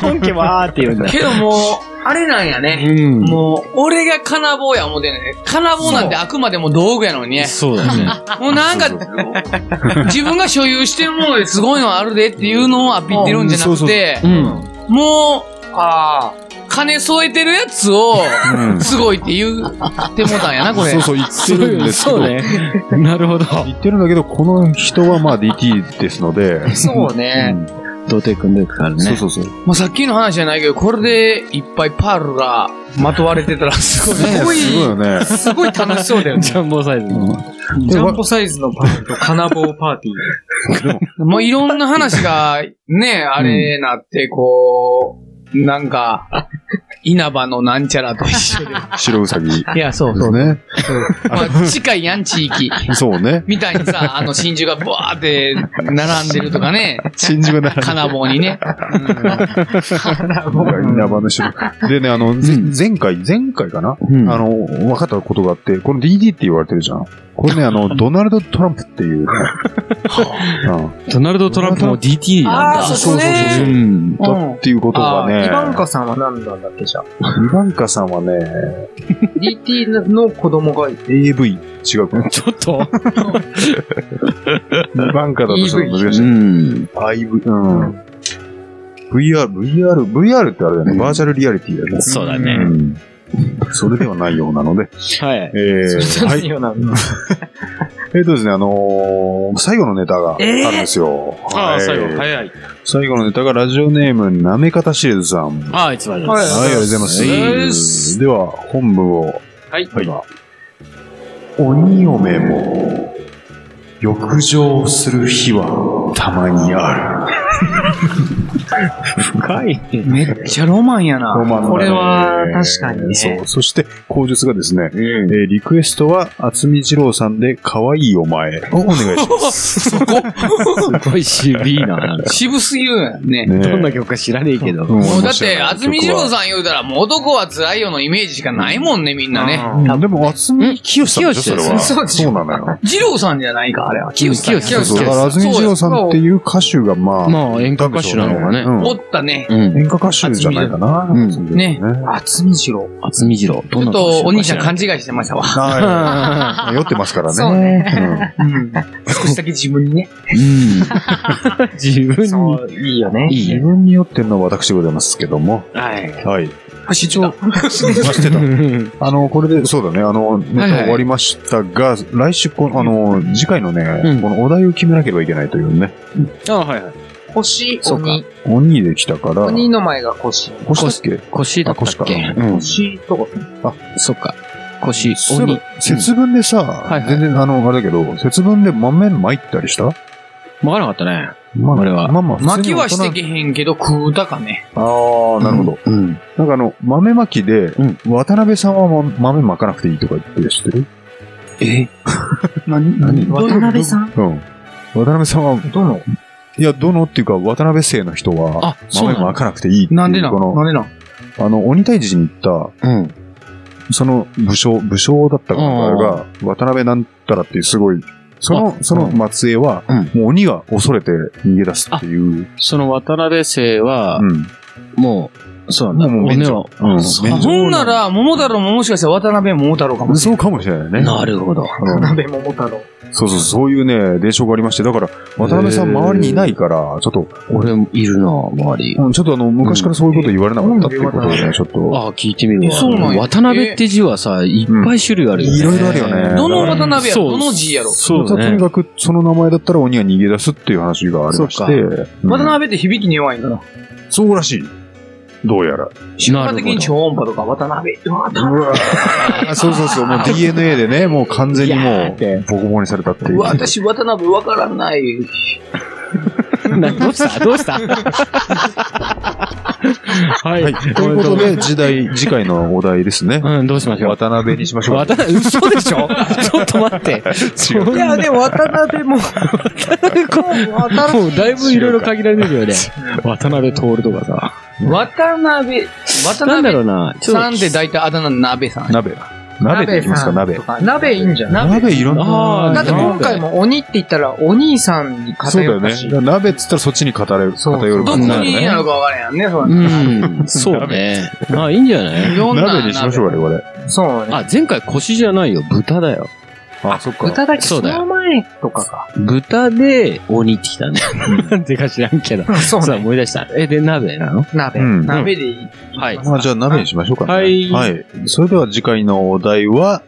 Speaker 6: 本家はあーって言うんだ。
Speaker 5: けどもう、あれなんやね。
Speaker 6: うん。
Speaker 5: もう、俺が金棒や思てね。金棒なんてあくまでも道具やのにね。
Speaker 6: そうだね。
Speaker 5: もうなんか、自分が所有してるものですごいのあるでっていうのをアピってるんじゃなくて
Speaker 6: う、ん。
Speaker 5: もう、
Speaker 3: あ
Speaker 5: 金添えてるやつを、
Speaker 4: うん
Speaker 5: すごいって言ってもたんやな、これ。
Speaker 4: そうそう、言ってるんですけ
Speaker 6: そう
Speaker 4: ど、
Speaker 6: ね。なるほど。
Speaker 4: 言ってるんだけど、この人はまあ DT ですので、
Speaker 3: あ、そうね。
Speaker 6: 童貞くんでくから
Speaker 4: そう。そうそう。
Speaker 5: まあ、さっきの話じゃないけど、これでいっぱいパールがまとわれてたらすごい。
Speaker 4: すごいよね。
Speaker 3: すごい楽しそうだよね。
Speaker 6: ジャンボサイズの。
Speaker 3: ジャンボサイズのパーティーと金棒パーティー。
Speaker 5: もういろんな話が、ね、あれなって、こう、なんか、稲葉のなんちゃらと一
Speaker 4: [laughs]
Speaker 5: 緒で。
Speaker 4: 白うさぎ。
Speaker 5: いや、そう
Speaker 4: そう。ね。
Speaker 5: まあ、近いやん、地域。
Speaker 4: そうね。
Speaker 5: みたいにさ、あの真珠がブワーって並んでるとかね。
Speaker 4: 新宿なら。
Speaker 5: 金棒にね。
Speaker 4: 稲葉の白。でね、あの、ぜ前回、前回かな
Speaker 6: うん
Speaker 4: あの、分かったことがあって、この DD って言われてるじゃん。これね、あの、ドナルド・トランプって [laughs] いうね。うん
Speaker 6: ドナルド・トランプも DT なんだ。
Speaker 3: あーそこね
Speaker 6: うん。
Speaker 4: だっていうことがね。
Speaker 3: イバンカさんは何なんだっけじゃあ。
Speaker 4: イバンカさんはね、
Speaker 3: DT の子供が、
Speaker 4: AV 違うかな。
Speaker 6: ちょっと。
Speaker 4: イバンカだとちょっと難しい。
Speaker 6: ん。
Speaker 4: IV、うん。VR、VR、VR ってあれだよね。バーチャルリアリティだよね。
Speaker 6: そうだ
Speaker 4: う
Speaker 6: ね。
Speaker 4: ん。それではないようなので。
Speaker 6: はい
Speaker 4: え。ー、はい。 [laughs]
Speaker 3: ようなの。
Speaker 4: えっとですね、あのー最後のネタがあるんですよ。
Speaker 6: あ
Speaker 4: は
Speaker 6: あ、
Speaker 4: い
Speaker 6: 最後。早い。
Speaker 4: 最後のネタがラジオネーム、なめかたしれずさん。はい、
Speaker 6: ああ、いつもあり
Speaker 4: ありがとうございます。
Speaker 5: す
Speaker 4: では、本部を。
Speaker 1: はい
Speaker 4: はい。鬼嫁も、浴場する日はたまにある。
Speaker 6: 深い。
Speaker 5: めっちゃロマンやな。
Speaker 4: ロマンだね
Speaker 3: これは確かにね
Speaker 4: そう。そして、口述がですね、えーリクエストは、厚見二郎さんで、可愛いお前をお願いします。
Speaker 5: そこ [laughs]
Speaker 6: すごい渋いな。
Speaker 5: 渋すぎるやんね。
Speaker 4: ね
Speaker 6: どんな曲か知らねえけど。
Speaker 5: もうだって、渥美二郎さん言うたら、もう男は辛いよのイメージしかないもんね、みんなね。
Speaker 4: ん。でも、厚見清さんでしょ、それは。
Speaker 5: 清さん
Speaker 4: そうなのよ。
Speaker 5: 二郎さんじゃないか、あれは。
Speaker 6: 清さん
Speaker 5: 清
Speaker 4: そ
Speaker 5: さ
Speaker 4: う、
Speaker 5: ん
Speaker 4: だから、厚見二郎さんっていう歌手が、まあ、
Speaker 6: まあ、演歌歌手なのが
Speaker 4: う
Speaker 6: ね。
Speaker 4: ん
Speaker 5: おったね。
Speaker 6: うん。
Speaker 4: 演歌歌手じゃないかな。
Speaker 6: うん
Speaker 4: うん
Speaker 5: ね
Speaker 3: 厚み次郎。
Speaker 6: 厚見次郎。
Speaker 5: ち
Speaker 6: どん
Speaker 5: ょっ
Speaker 6: な歌手
Speaker 5: と、
Speaker 6: か
Speaker 5: お兄ちゃん
Speaker 6: 知ら
Speaker 5: 勘違いしてましたわ。
Speaker 4: は。
Speaker 6: ない
Speaker 4: 酔ってますからね。
Speaker 3: そう
Speaker 4: ね。
Speaker 5: 少しだけ自分にね。
Speaker 6: うん。自分
Speaker 3: そう、いいよね。
Speaker 6: に。いい
Speaker 4: 自
Speaker 6: よ。
Speaker 4: 分に酔ってるのは私でございますけども。
Speaker 6: はい。
Speaker 4: はい。
Speaker 5: 市長。
Speaker 4: してた。あの、これで、そうだね、あの、ネタ終わりましたが、来週、この、あの、次回のね、
Speaker 6: うん
Speaker 4: このお題を決めなければいけないというね、
Speaker 6: あ、はいはい。
Speaker 3: 星、
Speaker 6: そうか
Speaker 3: 鬼。
Speaker 4: 鬼できたから、
Speaker 3: 鬼の前が星。
Speaker 4: 腰だっけ
Speaker 6: 腰だ
Speaker 4: あ、
Speaker 6: った
Speaker 4: 腰か。
Speaker 6: っけ
Speaker 4: うん。
Speaker 3: 星とか。
Speaker 6: そっか。腰、
Speaker 4: そういえ
Speaker 6: 鬼。
Speaker 4: ば節分でさ、
Speaker 6: はいはい
Speaker 4: 全然、あの、あれだけど、節分で豆参ったりした
Speaker 6: わからなかったね。
Speaker 4: ま
Speaker 6: 俺は
Speaker 4: まあまあ、普通
Speaker 5: 巻
Speaker 4: に
Speaker 5: き
Speaker 4: 大
Speaker 5: は
Speaker 4: 人
Speaker 5: してけへんけど、食うたかね。
Speaker 4: あー、なるほど。
Speaker 6: うん。
Speaker 4: なんかあの、豆まきで、
Speaker 6: うん
Speaker 4: 渡辺さんはま豆まかなくていいとか言って知ってる
Speaker 5: え
Speaker 4: 何何
Speaker 3: 渡辺さん
Speaker 4: うん。渡辺さんは、
Speaker 3: どの
Speaker 4: いや、どのっていうか、渡辺姓の人は
Speaker 6: あ、そう
Speaker 4: 豆
Speaker 6: なの
Speaker 4: まかなくていいっていう。
Speaker 5: なんでな
Speaker 4: この
Speaker 5: んなんでなん
Speaker 4: あの、鬼退治に行っ
Speaker 6: うん。
Speaker 4: た、その武将、武将だった方が、渡辺なんたらっていうすごい、その、その
Speaker 6: うん
Speaker 4: 末裔は、
Speaker 6: うん
Speaker 4: もう鬼が恐れて逃げ出すっていう。
Speaker 6: その渡辺姓は
Speaker 4: う、ん。
Speaker 6: もう、そうなんだ。
Speaker 4: もう免
Speaker 6: 骨
Speaker 4: 除
Speaker 6: を。
Speaker 4: うん。
Speaker 6: そう
Speaker 4: 免除
Speaker 5: ほんなら、桃太郎ももしかしたら渡辺桃太郎かもし
Speaker 4: そうかもしれないね。
Speaker 6: なるほど。
Speaker 4: うん
Speaker 3: 鍋桃太郎。
Speaker 4: そうそう、そういうね、伝承がありまして、だから、渡辺さん
Speaker 6: へー
Speaker 4: 周りにいないから、ちょっと、
Speaker 6: 俺もいるな、周り。
Speaker 4: うんちょっとあの、昔からそういうこと言われなかったっていうことでね、ちょっと。
Speaker 6: ああ、聞いてみるわ。
Speaker 5: えそうなんや
Speaker 6: 渡辺って字はさ、いっぱい種類あるよね。
Speaker 4: いろいろあるよね。
Speaker 5: れん。どの
Speaker 4: だ
Speaker 5: 渡
Speaker 4: から
Speaker 5: 辺や
Speaker 6: そう
Speaker 5: どの字やろ。
Speaker 6: そう
Speaker 4: と
Speaker 6: だ
Speaker 4: に
Speaker 6: ね。
Speaker 4: かく、その名前だったら鬼は逃げ出すっていう話がありまし
Speaker 6: そ
Speaker 4: て
Speaker 6: うか。
Speaker 4: うん
Speaker 5: 渡辺って響きに弱いんだな。
Speaker 4: そうらしい。どうやら。
Speaker 5: 瞬間的に超音波とか渡辺。渡辺
Speaker 4: あそうそうそう、もう DNA で [laughs] ね、もう完全にもう、ボコボコにされたっていう。
Speaker 5: 私、渡辺わからない。
Speaker 6: などう [laughs] したどうしたはい。
Speaker 4: はい。ということで、次第、次回のお題です [laughs] ね。
Speaker 6: うん、どうしましょう。
Speaker 4: 渡辺にしましょう。
Speaker 6: 渡辺、嘘で [laughs] しょちょっと待って。そん
Speaker 3: い
Speaker 6: な
Speaker 3: や、でも渡辺も、渡
Speaker 6: もうだいぶいろいろ限られるよね。渡辺徹とかさ。
Speaker 5: 渡辺、渡
Speaker 6: なんだろ
Speaker 5: 辺
Speaker 6: うな。ちょっと
Speaker 5: さんって大体あだ名鍋さん。
Speaker 4: 鍋。鍋でいきますか、鍋。
Speaker 3: 辺。鍋いいんじゃない
Speaker 4: 鍋いろん
Speaker 6: あー
Speaker 3: だ
Speaker 4: な。
Speaker 3: って今回も鬼って言ったらお兄さんに
Speaker 4: そ
Speaker 3: 偏
Speaker 4: うだよ
Speaker 3: った
Speaker 4: ね。だ
Speaker 3: し。
Speaker 4: から鍋っつったらそっちに語れる、
Speaker 3: そう
Speaker 4: 偏る
Speaker 5: どこ
Speaker 4: 感じになる
Speaker 5: にな
Speaker 4: ね。
Speaker 5: のかわからんやんね、そうれ。
Speaker 6: ん、そうね。 [laughs] まあ、いいんじゃない
Speaker 5: いろんな
Speaker 4: 鍋にしましょう、我々。
Speaker 3: そうね。
Speaker 6: あ、前回腰じゃないよ。豚だよ。
Speaker 4: あ、そっか。
Speaker 3: 豚だけ
Speaker 6: そ
Speaker 3: そう
Speaker 6: だよ
Speaker 3: の前とかか。
Speaker 6: 豚で鬼ってきたね。なん [laughs] でか知らんけど。
Speaker 3: そう
Speaker 6: さあ、
Speaker 3: ね。
Speaker 6: 思い出した。え、で、鍋なの
Speaker 3: 鍋。
Speaker 4: うん
Speaker 5: 鍋でいい。
Speaker 6: はい。
Speaker 4: まあ、じゃあ鍋にしましょうかね。
Speaker 6: はい
Speaker 4: はい。それでは次回のお題は、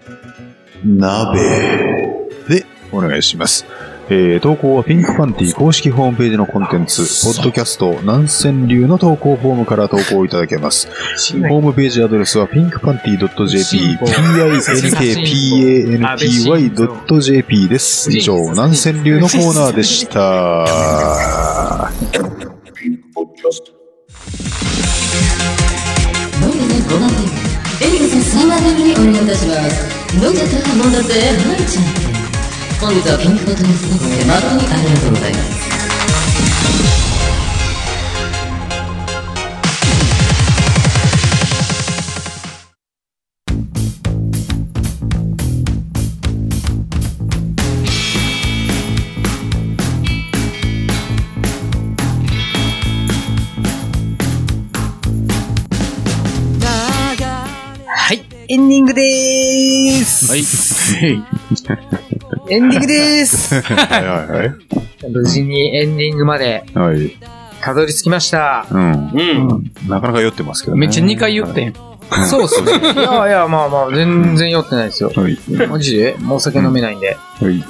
Speaker 4: 鍋でお願いします。えー、投稿はピンクパンティ公式ホームページのコンテンツ、ポッドキャスト、南千流の投稿フォームから投稿いただけます。ホームページアドレスは pinkpanty.jp、p-i-n-k-p-a-n-t-y.jp です。以上、南千流のコーナーで
Speaker 5: [laughs]
Speaker 4: した。
Speaker 2: 飲んでね5万円エリカさん3万円にお願いいたします飲んじゃったらもんだぜはいちゃん本日はピンクボトルスナック誠にありがとうございます
Speaker 3: はい。エンディングでーす。
Speaker 6: はい。
Speaker 3: [laughs] エンディングでー [laughs] す。
Speaker 4: はいはいはい。
Speaker 3: 無事にエンディングまで
Speaker 4: はい。
Speaker 3: たどり着きました。
Speaker 4: うん。
Speaker 5: うん。
Speaker 4: なかなか酔ってますけどね。
Speaker 5: めっちゃ2回言ったやん。
Speaker 3: そうっすね。
Speaker 5: [laughs]
Speaker 3: いやいや、まあまあ、全然酔ってないですよ。
Speaker 4: はい。
Speaker 3: マジでもうお酒飲めないんで。
Speaker 4: はい。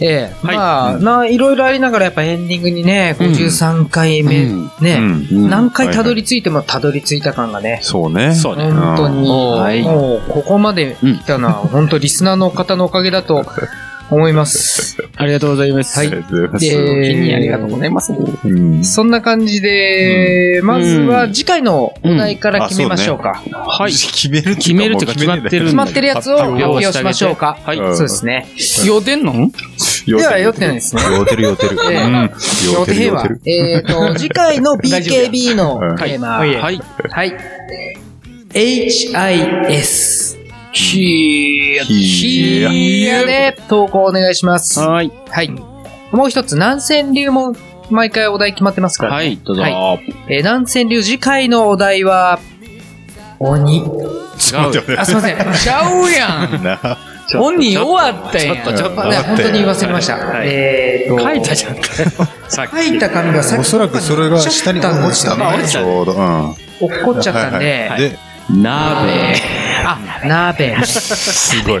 Speaker 3: ええ、
Speaker 6: はい
Speaker 3: まあ、な、いろいろありながらやっぱエンディングにね、
Speaker 6: うん
Speaker 3: 53回目、
Speaker 6: うん
Speaker 3: ね、
Speaker 6: うん
Speaker 3: 何回たどり着いてもたどり着いた感がね、
Speaker 4: そうね。
Speaker 6: そうね。
Speaker 3: 本当に、
Speaker 6: はい
Speaker 3: もうここまで来たのは本当リスナーの方のおかげだと思います。
Speaker 6: ありがとうございます。
Speaker 3: はい
Speaker 4: ありがとうございます。
Speaker 3: で
Speaker 1: 気にありがとうございます。
Speaker 4: うん
Speaker 3: そんな感じで、まずは次回のお題から決めましょうか。
Speaker 6: はい。
Speaker 4: [laughs] 決めるって
Speaker 6: 決めるというか決まってる
Speaker 3: 決
Speaker 6: ん
Speaker 3: ま
Speaker 6: だ
Speaker 3: っ
Speaker 6: け
Speaker 3: て
Speaker 6: ど
Speaker 3: るやつを発表しましょうか。
Speaker 6: はい
Speaker 3: そうですね。
Speaker 5: 酔うてんの
Speaker 4: 酔
Speaker 3: では酔ってないですね。
Speaker 4: 酔ってる酔ってる。
Speaker 3: ええ
Speaker 4: うん酔ってる
Speaker 3: 予定
Speaker 4: 酔っ
Speaker 3: は
Speaker 4: てる。、
Speaker 3: えっと、次回の BKB の
Speaker 4: うん
Speaker 3: テーマ。
Speaker 5: はい
Speaker 6: はい。
Speaker 3: はい。HIS。
Speaker 5: ひー
Speaker 4: ひー
Speaker 3: いやで、投稿お願いします。は
Speaker 6: はい。
Speaker 3: い。もう一つ、南千流も毎回お題決まってますから。
Speaker 6: はい、どうぞ。
Speaker 3: は
Speaker 6: 違
Speaker 3: えー南千流次回のお題は、鬼。
Speaker 4: ちょっと待って
Speaker 3: あ、すいません。ね
Speaker 5: ちゃうやん。
Speaker 4: 待ってな。
Speaker 5: 本人終わったやん。
Speaker 6: ちょっと、ちょっと。
Speaker 4: 待って
Speaker 3: 本当に忘れました。
Speaker 1: はい
Speaker 3: えーと、
Speaker 6: 書いたじゃ
Speaker 3: [laughs]
Speaker 6: ん。
Speaker 3: 書いた紙がさっ
Speaker 4: お
Speaker 3: き
Speaker 4: そらくそれが下に落ちたんだね、ちょうど。うん。は
Speaker 3: 落っこっちゃ
Speaker 4: い
Speaker 3: ったんで、
Speaker 4: はいで、
Speaker 6: 鍋。
Speaker 3: あ、鍋。
Speaker 4: すごい。こ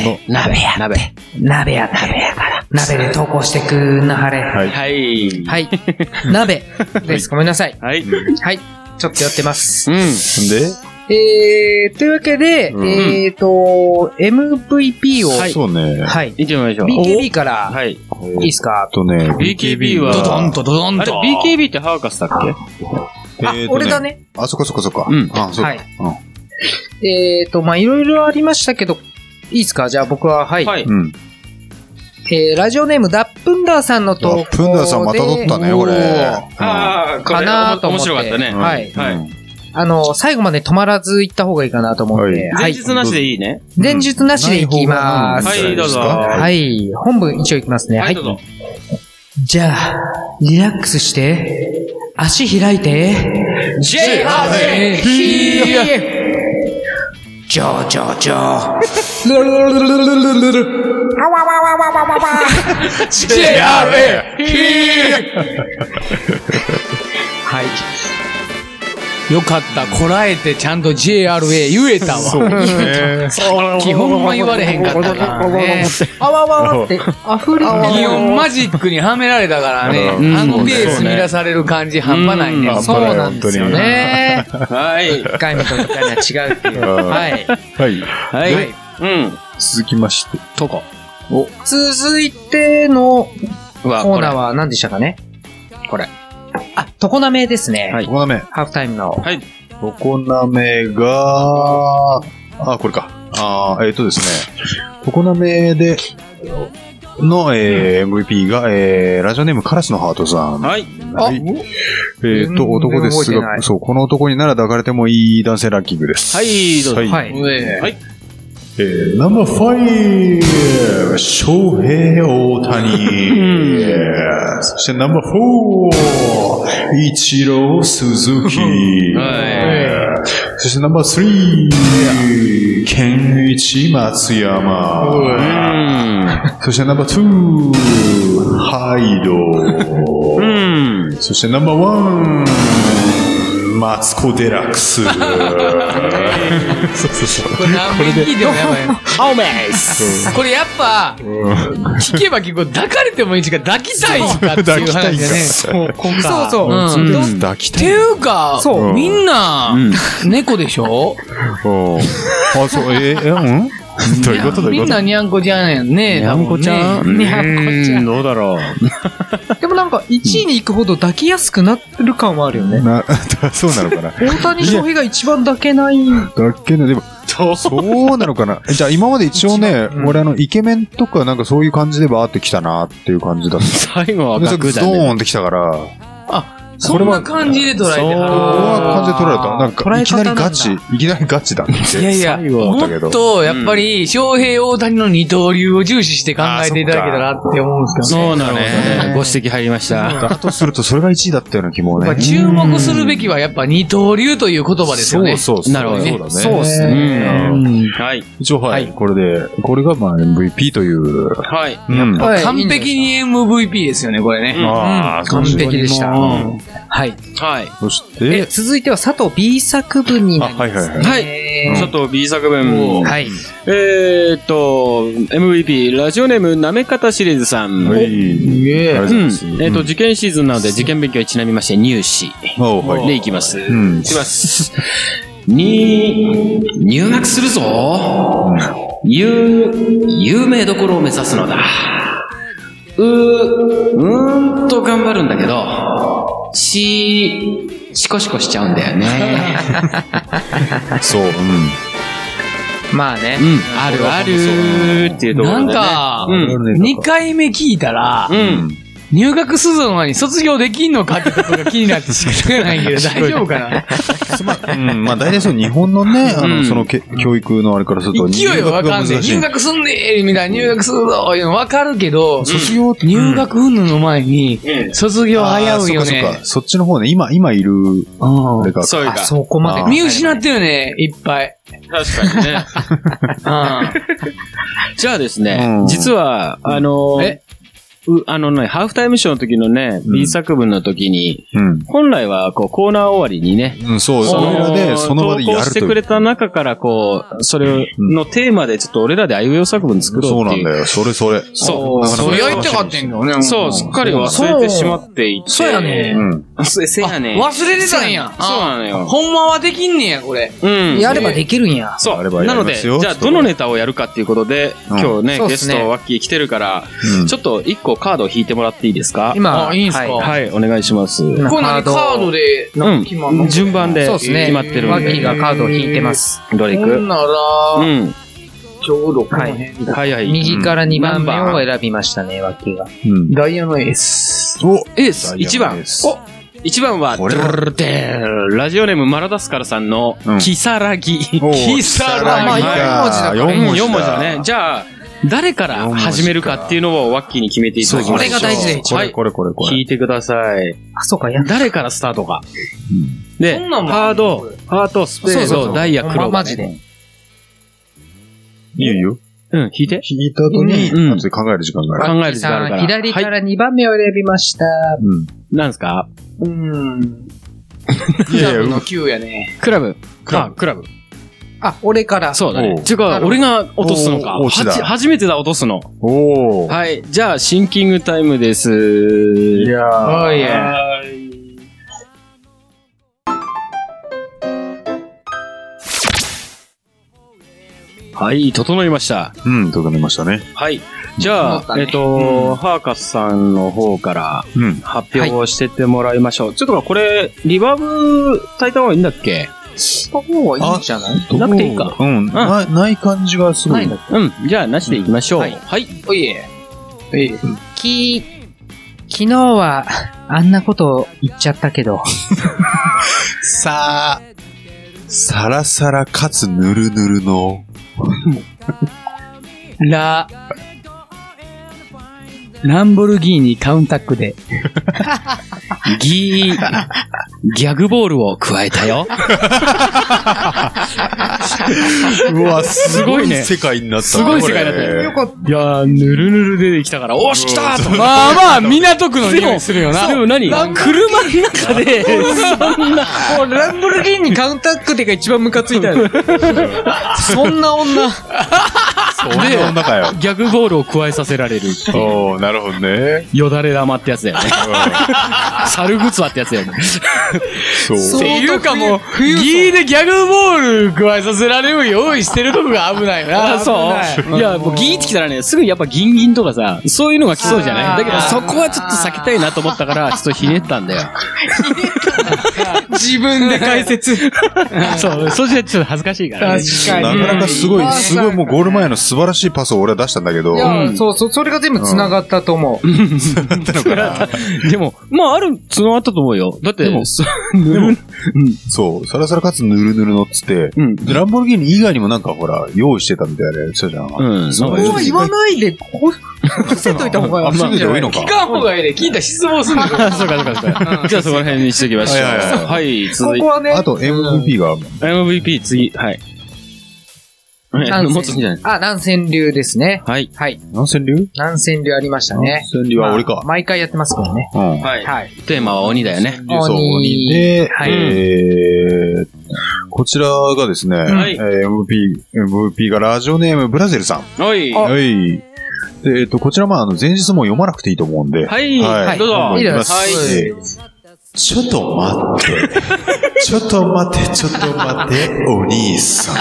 Speaker 4: の、
Speaker 3: 鍋や。
Speaker 6: 鍋。
Speaker 3: 鍋や、鍋やから。鍋で投稿してくんなはれ。
Speaker 4: はい。
Speaker 6: はい。
Speaker 3: はい。鍋です。ごめんなさい。
Speaker 6: はい。
Speaker 3: はい。ちょっとやってます。
Speaker 6: うん。
Speaker 4: で、
Speaker 3: えー、というわけで、
Speaker 4: うん
Speaker 3: えーと、MVP を、はい。
Speaker 4: そうね。
Speaker 6: 行ってみましょう。
Speaker 3: BKB から、
Speaker 6: はい。
Speaker 3: いいですか
Speaker 4: あとね、
Speaker 6: BKB は
Speaker 5: ドドンとドドン
Speaker 6: あれ、
Speaker 5: と。
Speaker 6: BKB ってハーカスだっけ
Speaker 3: あ、
Speaker 4: えーと
Speaker 3: 俺だ。ね。
Speaker 4: あ、そこそこそこ。
Speaker 6: うん
Speaker 4: あ、そうか。
Speaker 3: はいえーと、まあ、いろいろありましたけど、いいですかじゃあ僕は、はい。
Speaker 6: はい。
Speaker 4: うん。
Speaker 3: えー、ラジオネーム、ダップンダーさんの投稿
Speaker 4: あ
Speaker 3: で。
Speaker 4: プンダーさんまた取ったね、これ。
Speaker 1: ああ、こ
Speaker 3: か
Speaker 1: れ
Speaker 3: なと
Speaker 1: 面
Speaker 3: 思って。
Speaker 1: 白かったね。
Speaker 3: はい。
Speaker 4: うん
Speaker 1: はい
Speaker 4: うん
Speaker 3: あの、最後まで止まらず行った方がいいかなと思って。は
Speaker 6: 前
Speaker 3: い。
Speaker 6: 日なしでいいね。
Speaker 3: 前日なしで行きまーす。
Speaker 4: な
Speaker 6: は
Speaker 4: いい方がいいんじゃない
Speaker 6: どう
Speaker 4: です
Speaker 6: ぞ
Speaker 4: か
Speaker 3: はい。本文一応行きますね。
Speaker 6: はい、どうぞ。
Speaker 3: じゃあ、リラックスして、足開いて、
Speaker 6: J ハ
Speaker 5: えーひーや
Speaker 3: ジョージョージョー。わわわわわわわわ
Speaker 5: よかった。こらえてちゃんと JRA 言えたわ。
Speaker 4: ね
Speaker 5: 基本は言われへんかったからね。
Speaker 3: あわわわって、あふれて
Speaker 5: 擬音マジックにはめられたからね。
Speaker 4: うん
Speaker 5: あのベース乱される感じ半端ないね。
Speaker 4: うん
Speaker 3: そうなんですよね。
Speaker 6: はい。
Speaker 3: 一回目と二回目は違うっていう。
Speaker 4: うん
Speaker 3: はい。
Speaker 4: はい。
Speaker 6: はい。うん。
Speaker 4: 続きまして。
Speaker 6: とこ。
Speaker 3: 続いての
Speaker 6: は、
Speaker 3: コー
Speaker 6: これ
Speaker 3: ナー。は何でしたかねこれ。あ、トコナメですね。
Speaker 6: はい
Speaker 4: ここなめ。
Speaker 3: ハーフタイムの。
Speaker 6: はい。
Speaker 4: ここなめが、あ、これか。あーえっ、とですね。ここなめで、の、えー MVP が、えーラジオネームカラスのハートさん。
Speaker 6: はい。
Speaker 4: はい。えっ、と、男です
Speaker 3: 全然覚えてない
Speaker 4: が、そう、この男になら抱かれてもいい男性ランキングです。
Speaker 6: はいどうぞ
Speaker 4: はい。
Speaker 3: はい。
Speaker 4: えー、ナンバー5、翔平大谷。そしてナンバー4、イチロー鈴木。そしてナンバー3、ケンイチ松山。そしてナンバー2、ハイド。
Speaker 6: うん。
Speaker 4: そしてナンバーワン、マツコ・デラックス。そうそうそう。
Speaker 5: これ何遍聞いてもやばいな。
Speaker 6: ハオメイス
Speaker 5: これやっぱ、聞けば聞く、抱かれてもいいしか抱きたいんかっていう話だね。
Speaker 4: そう、
Speaker 3: そうそう。
Speaker 5: うん
Speaker 4: とりあえず抱き
Speaker 5: って
Speaker 4: たい。
Speaker 5: いうか、
Speaker 3: そう
Speaker 5: みんな、猫でしょ
Speaker 4: うんあ、そう、え、え、うん [laughs] どういうことどうい
Speaker 5: み
Speaker 4: うんこと
Speaker 5: なにゃんこちゃんやんね。
Speaker 6: にゃんこちゃ
Speaker 5: 多
Speaker 6: ん
Speaker 5: 分ねにゃんこちゃん。
Speaker 6: どうだろう。
Speaker 3: でもなんか、1位に行くほど抱きやすくなってる感はあるよね。
Speaker 4: な [laughs] そうなのかな
Speaker 3: 大谷翔平が一番抱けない。
Speaker 4: だっけね、でも、そうなのかなじゃあ今まで一応ね、
Speaker 3: うん
Speaker 4: 俺あの、イケメンとかなんかそういう感じでバーって来たなっていう感じだった。
Speaker 6: 最後は
Speaker 4: でそれ
Speaker 6: 楽
Speaker 4: ド
Speaker 6: だね。
Speaker 4: ーンって来たから、
Speaker 5: そんな感じで捉えて
Speaker 4: ここは感じで取られた。なん
Speaker 3: 捉
Speaker 4: か、
Speaker 3: え
Speaker 4: いき
Speaker 3: 方
Speaker 4: な
Speaker 3: なん
Speaker 4: り
Speaker 3: だ
Speaker 4: ガチ、いきなりガチだって。
Speaker 5: いやいや、
Speaker 4: 最後は
Speaker 5: も
Speaker 4: だけど
Speaker 5: っと、やっぱり、翔平大谷の二刀流を重視して考えていただけたらって思うんですけどね。
Speaker 6: そうなのね。ご指摘入りました。
Speaker 4: だとすると、それが1位だったような気も
Speaker 5: やっ
Speaker 4: ね
Speaker 5: ぱ。注目するべきはやっぱ二刀流という言葉ですよね。
Speaker 4: そうそうそう。
Speaker 6: なるほどね
Speaker 4: そうだね。
Speaker 3: そうですね
Speaker 6: うん。
Speaker 5: うん
Speaker 6: はい。
Speaker 4: 一応、はい。これで、これがまあ MVP という。
Speaker 6: はい。
Speaker 4: うん。
Speaker 3: はい
Speaker 5: 完璧に MVP ですよね、これね。
Speaker 4: ああ、
Speaker 3: 完璧でした。
Speaker 5: うん
Speaker 3: はい。
Speaker 6: はい。
Speaker 4: そし
Speaker 3: え
Speaker 4: て、
Speaker 3: 続いては佐藤 B 作文に
Speaker 4: あ、
Speaker 3: なりま
Speaker 4: はいはいはい。
Speaker 3: す。
Speaker 6: はい
Speaker 3: え
Speaker 6: ちょっと B 作文
Speaker 3: ー。はい。
Speaker 6: えーっと、MVP、ラジオネーム、なめかたシリーズさん。
Speaker 4: は
Speaker 6: うん。
Speaker 4: い。
Speaker 5: え
Speaker 4: ありがとうございます。
Speaker 6: えーっと、受験シーズンなので、受験勉強にちなみまして、入試。
Speaker 4: うん、おうはい。
Speaker 6: で、いきます。
Speaker 4: うん
Speaker 6: いきます。に入学するぞゆ有名どころを目指すのだううーんと頑張るんだけどしシコシコしちゃうんだ
Speaker 4: [laughs]
Speaker 6: よね
Speaker 4: そう、うん。
Speaker 3: まあね
Speaker 6: う。んあるあるっていうとこ
Speaker 5: な
Speaker 6: ろで、
Speaker 5: ん
Speaker 6: ね、
Speaker 5: か
Speaker 6: う、ん
Speaker 5: 2回目聞いたら
Speaker 6: う、ん
Speaker 5: 入学するのに卒業できんのかってことが気になって仕方がないけど、大丈夫かな
Speaker 4: うん、まあ大体そう、日本のね、あ
Speaker 6: うん
Speaker 4: の、そのけ、教育のあれからすると、
Speaker 5: 勢いはわかんねえ。入
Speaker 4: 入学が
Speaker 5: 学すんねえみたいな、入学するぞいうのわかるけど、卒業って入学云々の前に、卒業
Speaker 4: 難しいあー
Speaker 5: 危ういよ
Speaker 4: そっかそっ
Speaker 5: ね
Speaker 4: か。そっちの方ね、今、今いる、あれが、
Speaker 6: そういう
Speaker 3: あ、
Speaker 6: か
Speaker 3: そこまで。
Speaker 4: あ
Speaker 5: 見失ってるね、いっぱい。
Speaker 6: 確かにね
Speaker 5: う
Speaker 7: じゃあですね、
Speaker 4: うん
Speaker 7: 実は、あのー
Speaker 5: え。
Speaker 7: うあのね、ハーフタイムショーの時のね、
Speaker 4: うん
Speaker 7: B 作文の時に、
Speaker 4: うん。
Speaker 7: 本来はこうコーナー終わりにね、
Speaker 4: うん、そう、
Speaker 7: そ
Speaker 4: それら
Speaker 7: の
Speaker 4: で、その場で
Speaker 7: 投
Speaker 4: や
Speaker 7: 稿
Speaker 4: る
Speaker 7: し
Speaker 4: と
Speaker 7: て
Speaker 4: い
Speaker 7: く
Speaker 4: う。
Speaker 7: れた中から、こう、それのテーマでちょっと俺らであいうえお作文作ろ
Speaker 4: そう
Speaker 7: うっ
Speaker 4: な
Speaker 7: てい
Speaker 4: ん
Speaker 7: う。
Speaker 4: だよ、それそれ。
Speaker 7: そうう、
Speaker 5: そうやりたかったんけどね。
Speaker 7: そう、すっかり忘れてしまっていて。
Speaker 5: そうやね
Speaker 4: う。ん。
Speaker 7: あせせやね。
Speaker 5: 忘れてたんや。
Speaker 7: そうなのよ。
Speaker 5: ほんまはできんねや、これ。
Speaker 7: うん。
Speaker 3: やればできるんや。
Speaker 7: そ
Speaker 4: あればや
Speaker 7: う。
Speaker 4: り
Speaker 7: なので、
Speaker 4: ます
Speaker 7: じ
Speaker 4: よ
Speaker 7: ゃあ、どのネタをやるかっていうことで、
Speaker 4: うん
Speaker 7: 今日ね、
Speaker 3: そうっ
Speaker 7: ゲ
Speaker 3: す
Speaker 7: ス
Speaker 3: ね
Speaker 7: ト、ワッキー来てるから、ちょっと一個カードを引いてもらっていいですか
Speaker 3: 今、
Speaker 5: あいいんすか
Speaker 3: は
Speaker 7: はい、お願いします。う
Speaker 5: これ何カードで、なんか決まんの
Speaker 7: ん。順番で
Speaker 3: そうですね。
Speaker 7: 決まってる
Speaker 3: ワ
Speaker 7: ん
Speaker 3: ッキー
Speaker 7: で。
Speaker 3: がカードを引いてます。
Speaker 7: どれい
Speaker 5: ほん
Speaker 7: く
Speaker 5: なら、
Speaker 7: うん。
Speaker 5: ちょうどこの
Speaker 3: は
Speaker 5: 辺。
Speaker 7: はいはい。
Speaker 3: 右から2番目
Speaker 7: 何
Speaker 3: を
Speaker 7: 番
Speaker 3: 選びましたね、ワッキーが。
Speaker 4: うん。
Speaker 5: ダイヤのエース。
Speaker 4: お
Speaker 7: エース、1
Speaker 4: ダイヤの
Speaker 7: 番
Speaker 4: エー。ス
Speaker 7: お一番は、
Speaker 4: これは
Speaker 7: ドゥルルルデーラジオネームマラダスカルさんの
Speaker 4: うん、
Speaker 7: キサラギ。
Speaker 4: お
Speaker 5: キサラ
Speaker 4: まあ
Speaker 5: ギ
Speaker 4: 四文字だから
Speaker 7: 4文字だね。じゃあ、誰から始めるかっていうのをワッキーに決めていただきましょう。
Speaker 3: そうこれが大事で
Speaker 4: こ
Speaker 7: は
Speaker 4: れ
Speaker 7: い。
Speaker 4: これこれこ
Speaker 7: 聞
Speaker 4: れ。
Speaker 7: いてください。
Speaker 3: あ、そうか、やっ
Speaker 7: 誰からスタートか。
Speaker 5: そ
Speaker 7: で、
Speaker 5: んなんも
Speaker 7: ハード、ハート、スペ
Speaker 3: そう
Speaker 7: ー
Speaker 3: そうそ
Speaker 7: ド、
Speaker 3: う
Speaker 7: ダイヤ、クロー
Speaker 3: まマジで。
Speaker 4: いいよいいよ。
Speaker 7: うん、引いて。
Speaker 4: 聞いた後に、
Speaker 7: うん
Speaker 4: 後で考える時間がある。
Speaker 7: 考える時間
Speaker 3: さ
Speaker 7: あるか
Speaker 3: ん、
Speaker 7: ら。
Speaker 3: 左か
Speaker 7: はい。
Speaker 3: ら2番目を選びました。
Speaker 4: うん。
Speaker 7: 何ですか
Speaker 5: うん。
Speaker 4: いやいや、
Speaker 5: の
Speaker 4: う
Speaker 5: 9やね。
Speaker 7: クラブ。
Speaker 4: クラブ
Speaker 7: あクラブ。
Speaker 3: あ、俺から。
Speaker 7: そうだ
Speaker 4: お
Speaker 7: ね。
Speaker 4: う
Speaker 7: ちゅう
Speaker 3: なるほ
Speaker 7: か、
Speaker 3: ど
Speaker 7: 俺が落とすのか。
Speaker 4: おう
Speaker 7: は
Speaker 4: 落ちだ
Speaker 7: じ初めてだ、落とすの。
Speaker 4: おー。
Speaker 7: はい。じゃあ、シンキングタイムです。
Speaker 4: いやー。
Speaker 5: はい
Speaker 7: はい、整いました。
Speaker 4: うん、整いましたね。
Speaker 7: はい。じ
Speaker 5: 整
Speaker 7: ゃ
Speaker 5: っ
Speaker 7: あ、
Speaker 5: たね
Speaker 7: えっと、ハーカスさんの方から
Speaker 4: うん。
Speaker 7: 発表をしてってもらいましょう。ちょっとこれ、リバーブ炊いた方がいいんだっけ
Speaker 5: した方がいいんじゃない
Speaker 7: なくていいか。
Speaker 4: うん。ないない感じがすごい。
Speaker 7: うん。じゃあ、なしでいきましょう。
Speaker 3: はい
Speaker 7: はい。
Speaker 5: おいえ。おいえ。
Speaker 3: き、昨日は、あんなこと言っちゃったけ
Speaker 4: [laughs]
Speaker 3: ど。
Speaker 4: さあ、さらさらかつぬるぬるの、
Speaker 5: ラ、ランボルギーニカウンタックで。
Speaker 7: ギー、ギャグボールを加えたよ。
Speaker 4: うわ、す
Speaker 7: ごいね
Speaker 4: 世界になった
Speaker 7: す
Speaker 4: ね
Speaker 7: ごい世界だったよ
Speaker 4: これ
Speaker 7: かった。いやー、ぬるぬる出てきたから、おーし来たーと。
Speaker 5: まあまあ、港区の
Speaker 7: 匂い
Speaker 5: するよ
Speaker 7: でも何車の中で、
Speaker 5: もうランボルギーニカウンタックでが一番ムカつい
Speaker 3: [laughs]
Speaker 5: たよ。そんな女。
Speaker 4: そんな女かよ。
Speaker 7: ギャグボールを加えさせられる。
Speaker 4: おー、なるほどね。
Speaker 7: よだれ玉ってやつだよね。猿グツワってやつだよね。
Speaker 4: そう。
Speaker 5: っていうかもう、ギーでギャグボール加えさせられる用意してるとこが危ないよな。
Speaker 7: あ、 [laughs] そういや、もうギーってきたらね、すぐやっぱギンギンとかさ、そういうのが来そうじゃないだけど、そこはちょっと避けたいなと思ったから、ちょっとひねったん
Speaker 3: [laughs]
Speaker 7: だよ。
Speaker 5: 自分で解説。
Speaker 7: そう、そうじゃちょっと恥ずかしいからね。
Speaker 5: か
Speaker 4: なかなかすごい、すごいもうゴール前の素晴らしいパスを俺は出したんだけど、
Speaker 7: うん
Speaker 3: そうそう、それが全部繋がったと思う。
Speaker 7: でも、まあ、ある、つながったと思うよ。だって、そ
Speaker 4: そう、さらさらかつぬるぬるのっつって、
Speaker 7: うん。
Speaker 4: でランボルギーニ以外にもなんかほら、用意してたみたいなやつじゃん。
Speaker 7: うん。
Speaker 4: そう
Speaker 7: なんか
Speaker 4: 言わ
Speaker 3: ないで、こ伏せといた方
Speaker 4: あ、防いでいいのか。
Speaker 5: 聞かん方がいいね。聞いたら失望するんだよ。
Speaker 7: そうか、そうか、そうか。じゃあそこら辺にしておきましょう。
Speaker 4: はいはいはい
Speaker 7: はい、続いて
Speaker 3: [laughs] こ。はね
Speaker 4: あと MVP が、
Speaker 7: MVP 次、はい。
Speaker 6: [laughs]
Speaker 3: あの
Speaker 7: もっと好きじゃない
Speaker 3: あ、南千流ですね。
Speaker 7: はい。
Speaker 3: はい。
Speaker 4: 何千流
Speaker 3: 南千流ありました
Speaker 4: 何
Speaker 3: ね。
Speaker 4: 千流は俺
Speaker 3: まあ
Speaker 4: か。
Speaker 3: 毎回やってますけどね。
Speaker 4: うん。
Speaker 7: はい。
Speaker 3: はい。
Speaker 7: テーマは鬼だよね。
Speaker 4: でそう
Speaker 3: 鬼
Speaker 4: 鬼で、
Speaker 3: はい
Speaker 4: えーこちらがですね、
Speaker 7: はい
Speaker 4: えー MVP、MVP がラジオネームブラゼルさん。
Speaker 7: おい。は
Speaker 4: はい。で、えっと、こちら、まあ、あの、前日も読まなくていいと思うんで。
Speaker 7: い。
Speaker 4: はい
Speaker 7: どうぞ。
Speaker 4: どうぞ
Speaker 3: いいです
Speaker 4: はい
Speaker 7: は
Speaker 4: えー
Speaker 8: ちょっと待って。ちょっと待って、ちょっと待って、お兄さん。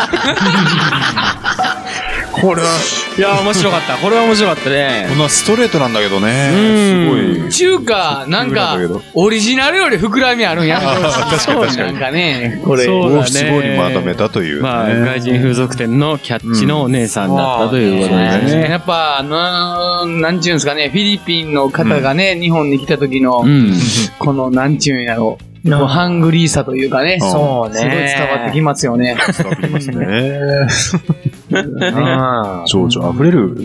Speaker 4: これは、
Speaker 7: いやー、面白かった。これは面白かったね。
Speaker 4: [laughs] こんなストレートなんだけどね。すご
Speaker 7: うん
Speaker 4: い。
Speaker 5: 中華、なんか
Speaker 4: 無理なんだ、
Speaker 5: オリジナルより膨らみあるんや。確
Speaker 4: かに確かに
Speaker 5: なんかね、
Speaker 6: これ
Speaker 4: 五七五にまとめたという、ね。
Speaker 6: まあ、外人風俗店のキャッチのお姉さんだったということで
Speaker 5: ね
Speaker 6: ね。
Speaker 5: やっぱ、あのーなんちゅうんですかね、フィリピンの方がね、日本に来た時の、
Speaker 6: うん。
Speaker 5: この、なんちゅうんやろう、こうハングリーさというかね、
Speaker 3: そうね
Speaker 5: すごい伝わってきますよね。
Speaker 4: 伝わってきますね。
Speaker 3: うん
Speaker 4: 情緒あふれる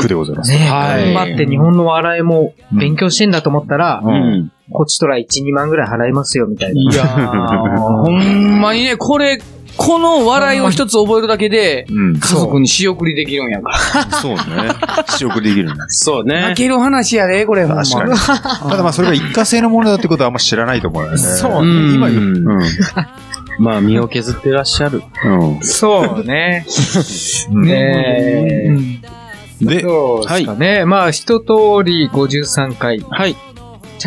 Speaker 4: 句でございます。
Speaker 3: ね
Speaker 6: はい
Speaker 3: 頑張って日本の笑いも勉強してんだと思ったら、
Speaker 6: うん。
Speaker 3: こっちとら1、2万ぐらい払いますよ、みたいな。
Speaker 5: いやー、ほんまにね、これ、この笑いを一つ覚えるだけで、
Speaker 4: うん。
Speaker 5: 家族に仕送りできるんやから。
Speaker 4: そうね。試食できるんだ。
Speaker 7: そうね
Speaker 5: 泣。ける話やで、これ、ほんま。
Speaker 4: 確かに。ただまあそれが一過性のものだってことはあんま知らないと思うよね。そう
Speaker 6: ね
Speaker 4: 今言う。
Speaker 6: うん
Speaker 4: うん。
Speaker 6: まあ、身を削ってらっしゃる。
Speaker 4: うん
Speaker 3: そうね。
Speaker 4: うん
Speaker 3: ねえ。
Speaker 4: で、
Speaker 3: そうですかね。まあ、一通り53回。
Speaker 6: はい。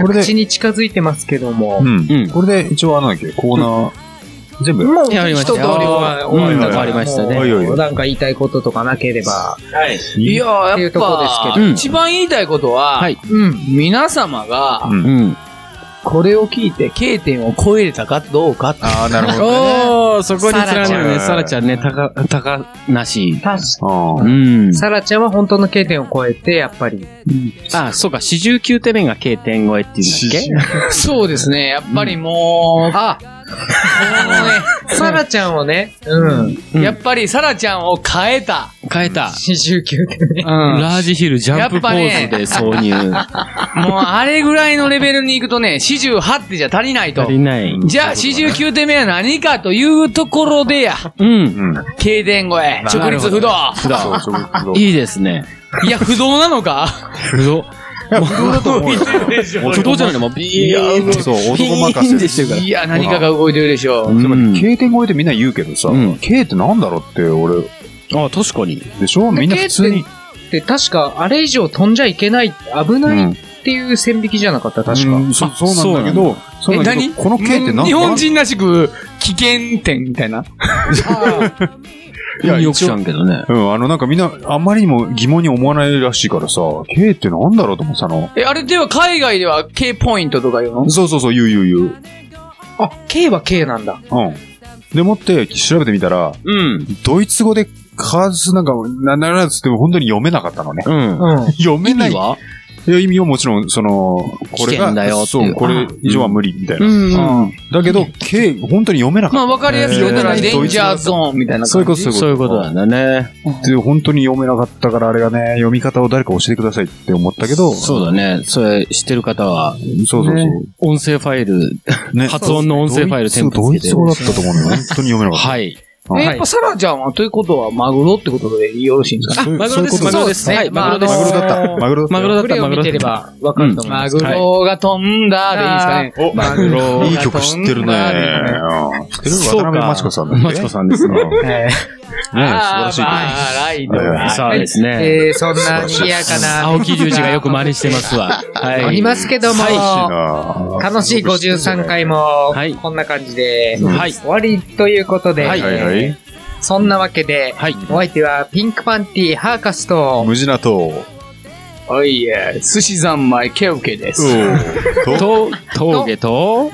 Speaker 4: これ
Speaker 3: 着
Speaker 4: で
Speaker 3: 地に近づいてますけども。
Speaker 4: うん
Speaker 6: うん。
Speaker 4: これで一応あれなんだっけ、コーナー、全部
Speaker 3: も
Speaker 6: やりましたよ
Speaker 3: 一通りは終わり
Speaker 6: うん終わりましたね
Speaker 3: もう
Speaker 4: はいはいはい
Speaker 3: なんか言いたいこととかなければ。
Speaker 5: いや
Speaker 3: っ
Speaker 5: ー
Speaker 3: てい
Speaker 5: や
Speaker 3: う
Speaker 5: っ
Speaker 3: ところです
Speaker 5: ぱ、
Speaker 6: けど
Speaker 5: 一番言いたいことは、
Speaker 6: はい
Speaker 3: うん。
Speaker 5: 皆様が、
Speaker 4: うん
Speaker 6: うん。
Speaker 5: これを聞いて、K 点を超えれたかどうかって
Speaker 4: ああ、なるほどね。
Speaker 6: おー、そこに
Speaker 3: さら
Speaker 6: 貫
Speaker 3: ち
Speaker 4: ゃ
Speaker 6: く
Speaker 4: ん
Speaker 6: ね、さらちゃんね、たか、たかなし。
Speaker 3: 確
Speaker 4: あ
Speaker 6: う
Speaker 4: ー
Speaker 6: ん。
Speaker 3: サラちゃんは本当の経点を超えて、やっぱり。
Speaker 6: あ、そうか、四十九手目が K 点超えっていうんだっ
Speaker 5: そうですね。やっぱりもう、あ、も
Speaker 3: サラちゃんをね、うん。
Speaker 5: うね、やっぱりサラちゃんを変えた。
Speaker 6: け変えた。
Speaker 3: 49点ね。
Speaker 5: うん。
Speaker 6: ラージヒルジャンプポーズで挿
Speaker 4: [laughs]
Speaker 6: 入。
Speaker 5: もうあれぐらいのレベルに行くとね、48ってじゃ足りないと
Speaker 6: 足。りない。
Speaker 5: じゃあ49点目は何かというところでや、
Speaker 6: うん。
Speaker 4: うん。
Speaker 5: 経電越え、
Speaker 6: なる
Speaker 5: 直立
Speaker 6: ほど
Speaker 5: 不動。
Speaker 4: そう、そういうこと。
Speaker 6: いいですね。
Speaker 5: いや、不動なのか
Speaker 6: 不動。不動じゃないのもうビーンって。
Speaker 4: そう、男任せ
Speaker 6: でしてるから。
Speaker 5: いや、何かが動いてるでしょう。
Speaker 4: でも
Speaker 6: うん
Speaker 4: K 点超えってみんな言うけどさ、
Speaker 6: うん
Speaker 4: K ってなんだろうって俺、
Speaker 6: あ、確かに。
Speaker 4: でしょみんな普通に。
Speaker 3: で、確か、あれ以上飛んじゃいけない、危
Speaker 4: う
Speaker 3: ない
Speaker 4: ん
Speaker 3: っていう線引きじゃなかった、確か。
Speaker 4: うんそうそうなんだけど、そうなんだけどこの K ってなん
Speaker 5: 日本人らしく、危険点みたいな。
Speaker 4: いや、
Speaker 6: よく
Speaker 4: 一
Speaker 6: ちゃ
Speaker 4: 応。
Speaker 6: んけどね。
Speaker 4: うん、あの、なんかみんな、あんまりにも疑問に思わないらしいからさ、K ってなんだろうと思ってたの。
Speaker 5: え、あれでは海外では K ポイントとか言うの
Speaker 4: そうそうそう、言う言う言う。
Speaker 3: あ、K は K なんだ。
Speaker 4: うん。でもって調べてみたら、
Speaker 6: うん。
Speaker 4: ドイツ語で数なんか、な、ならずっても本当に読めなかったのね。
Speaker 6: うん。
Speaker 3: うん。
Speaker 4: 読めない。
Speaker 6: は
Speaker 4: 意味はもちろん、その、これ
Speaker 6: 危険だよってい
Speaker 4: が、そ
Speaker 6: う
Speaker 4: う、これ以上は無理みたいな。
Speaker 5: うん。
Speaker 4: だけど、K、本当に読めなか
Speaker 5: ま
Speaker 4: っ
Speaker 5: あ、わかりやすく言ったら、
Speaker 4: えー
Speaker 5: デンジャーゾーンみたいな
Speaker 4: た。
Speaker 5: 感じ。
Speaker 4: そういうこと、そういうこと。
Speaker 6: そういうことなんだね。
Speaker 4: で、本当に読めなかったから、あれがね、読み方を誰か教えてくださいって思ったけど、そう
Speaker 6: そうだね。それ知ってる方は、
Speaker 4: そうそう。
Speaker 6: 音声ファイル、
Speaker 4: ね
Speaker 6: 発音の音声ファイル添付
Speaker 4: ドイ
Speaker 6: つけて
Speaker 4: ツ語だったと思うのよ。本当に読めなかった。
Speaker 6: はい。
Speaker 5: え
Speaker 4: は
Speaker 5: やっぱサラちゃんは、ということは、マグロってことでよろしいんですか
Speaker 4: そういう
Speaker 6: マグロです、
Speaker 4: そういうこ
Speaker 6: マグ
Speaker 4: と
Speaker 6: ロで
Speaker 4: です
Speaker 6: す。はい、マ
Speaker 3: まあ
Speaker 6: グロです。
Speaker 4: マグロ
Speaker 3: あのー
Speaker 4: だった。マグロだった。
Speaker 6: マグロだっ
Speaker 3: プレ
Speaker 6: た、
Speaker 3: イを
Speaker 6: マグ
Speaker 3: 見
Speaker 6: ロだ
Speaker 3: て
Speaker 6: っ
Speaker 3: れ
Speaker 6: た。
Speaker 3: ばわかると思い
Speaker 5: マ
Speaker 3: ま
Speaker 5: グ
Speaker 3: す。
Speaker 5: ロが飛んだでいいですかね。
Speaker 4: お
Speaker 5: マグロ
Speaker 4: いい曲知ってるね。知ってる渡辺真知子さんだっけ
Speaker 6: マチコさんです
Speaker 4: うん [laughs] ね
Speaker 3: はい。はい
Speaker 4: 素晴らしい曲。
Speaker 5: あーライト
Speaker 4: はいはい
Speaker 6: そうですね。
Speaker 3: えー、そんな賑やかな。
Speaker 6: 青木隆二がよく真似してますわ。はい。
Speaker 3: ありますけども、
Speaker 4: あ
Speaker 3: 楽しい53回も
Speaker 6: はい、
Speaker 3: こんな感じで、
Speaker 6: はい
Speaker 3: 終わりということで、
Speaker 6: はい
Speaker 4: ーはいはい。
Speaker 3: そんなわけで、
Speaker 6: はい。
Speaker 3: お相手はピンクパンティーハーカスと、
Speaker 4: 無事なと、
Speaker 5: おいえ、寿司三昧ケウケです。
Speaker 4: おと、
Speaker 6: と、峠と、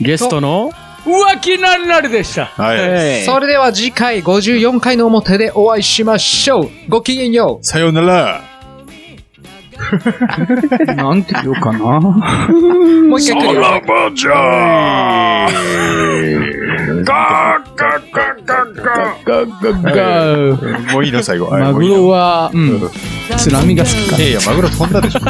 Speaker 6: ゲストの、
Speaker 5: 浮気なるなるでした。
Speaker 4: はい。
Speaker 6: え
Speaker 3: それでは次回54回の表でお会いしましょうごきげんよう
Speaker 4: さようなら。
Speaker 5: なんて言うかな。
Speaker 3: もう一回来るよ
Speaker 4: ばじゃ [laughs] ーガーガーガーガーガ
Speaker 5: が、
Speaker 4: ーもういいの最後。はい
Speaker 5: マ
Speaker 4: もう
Speaker 5: グ
Speaker 4: いいの
Speaker 5: ロは、うん、津波が好きか。
Speaker 4: いやいや、マグロ飛んだでしょ。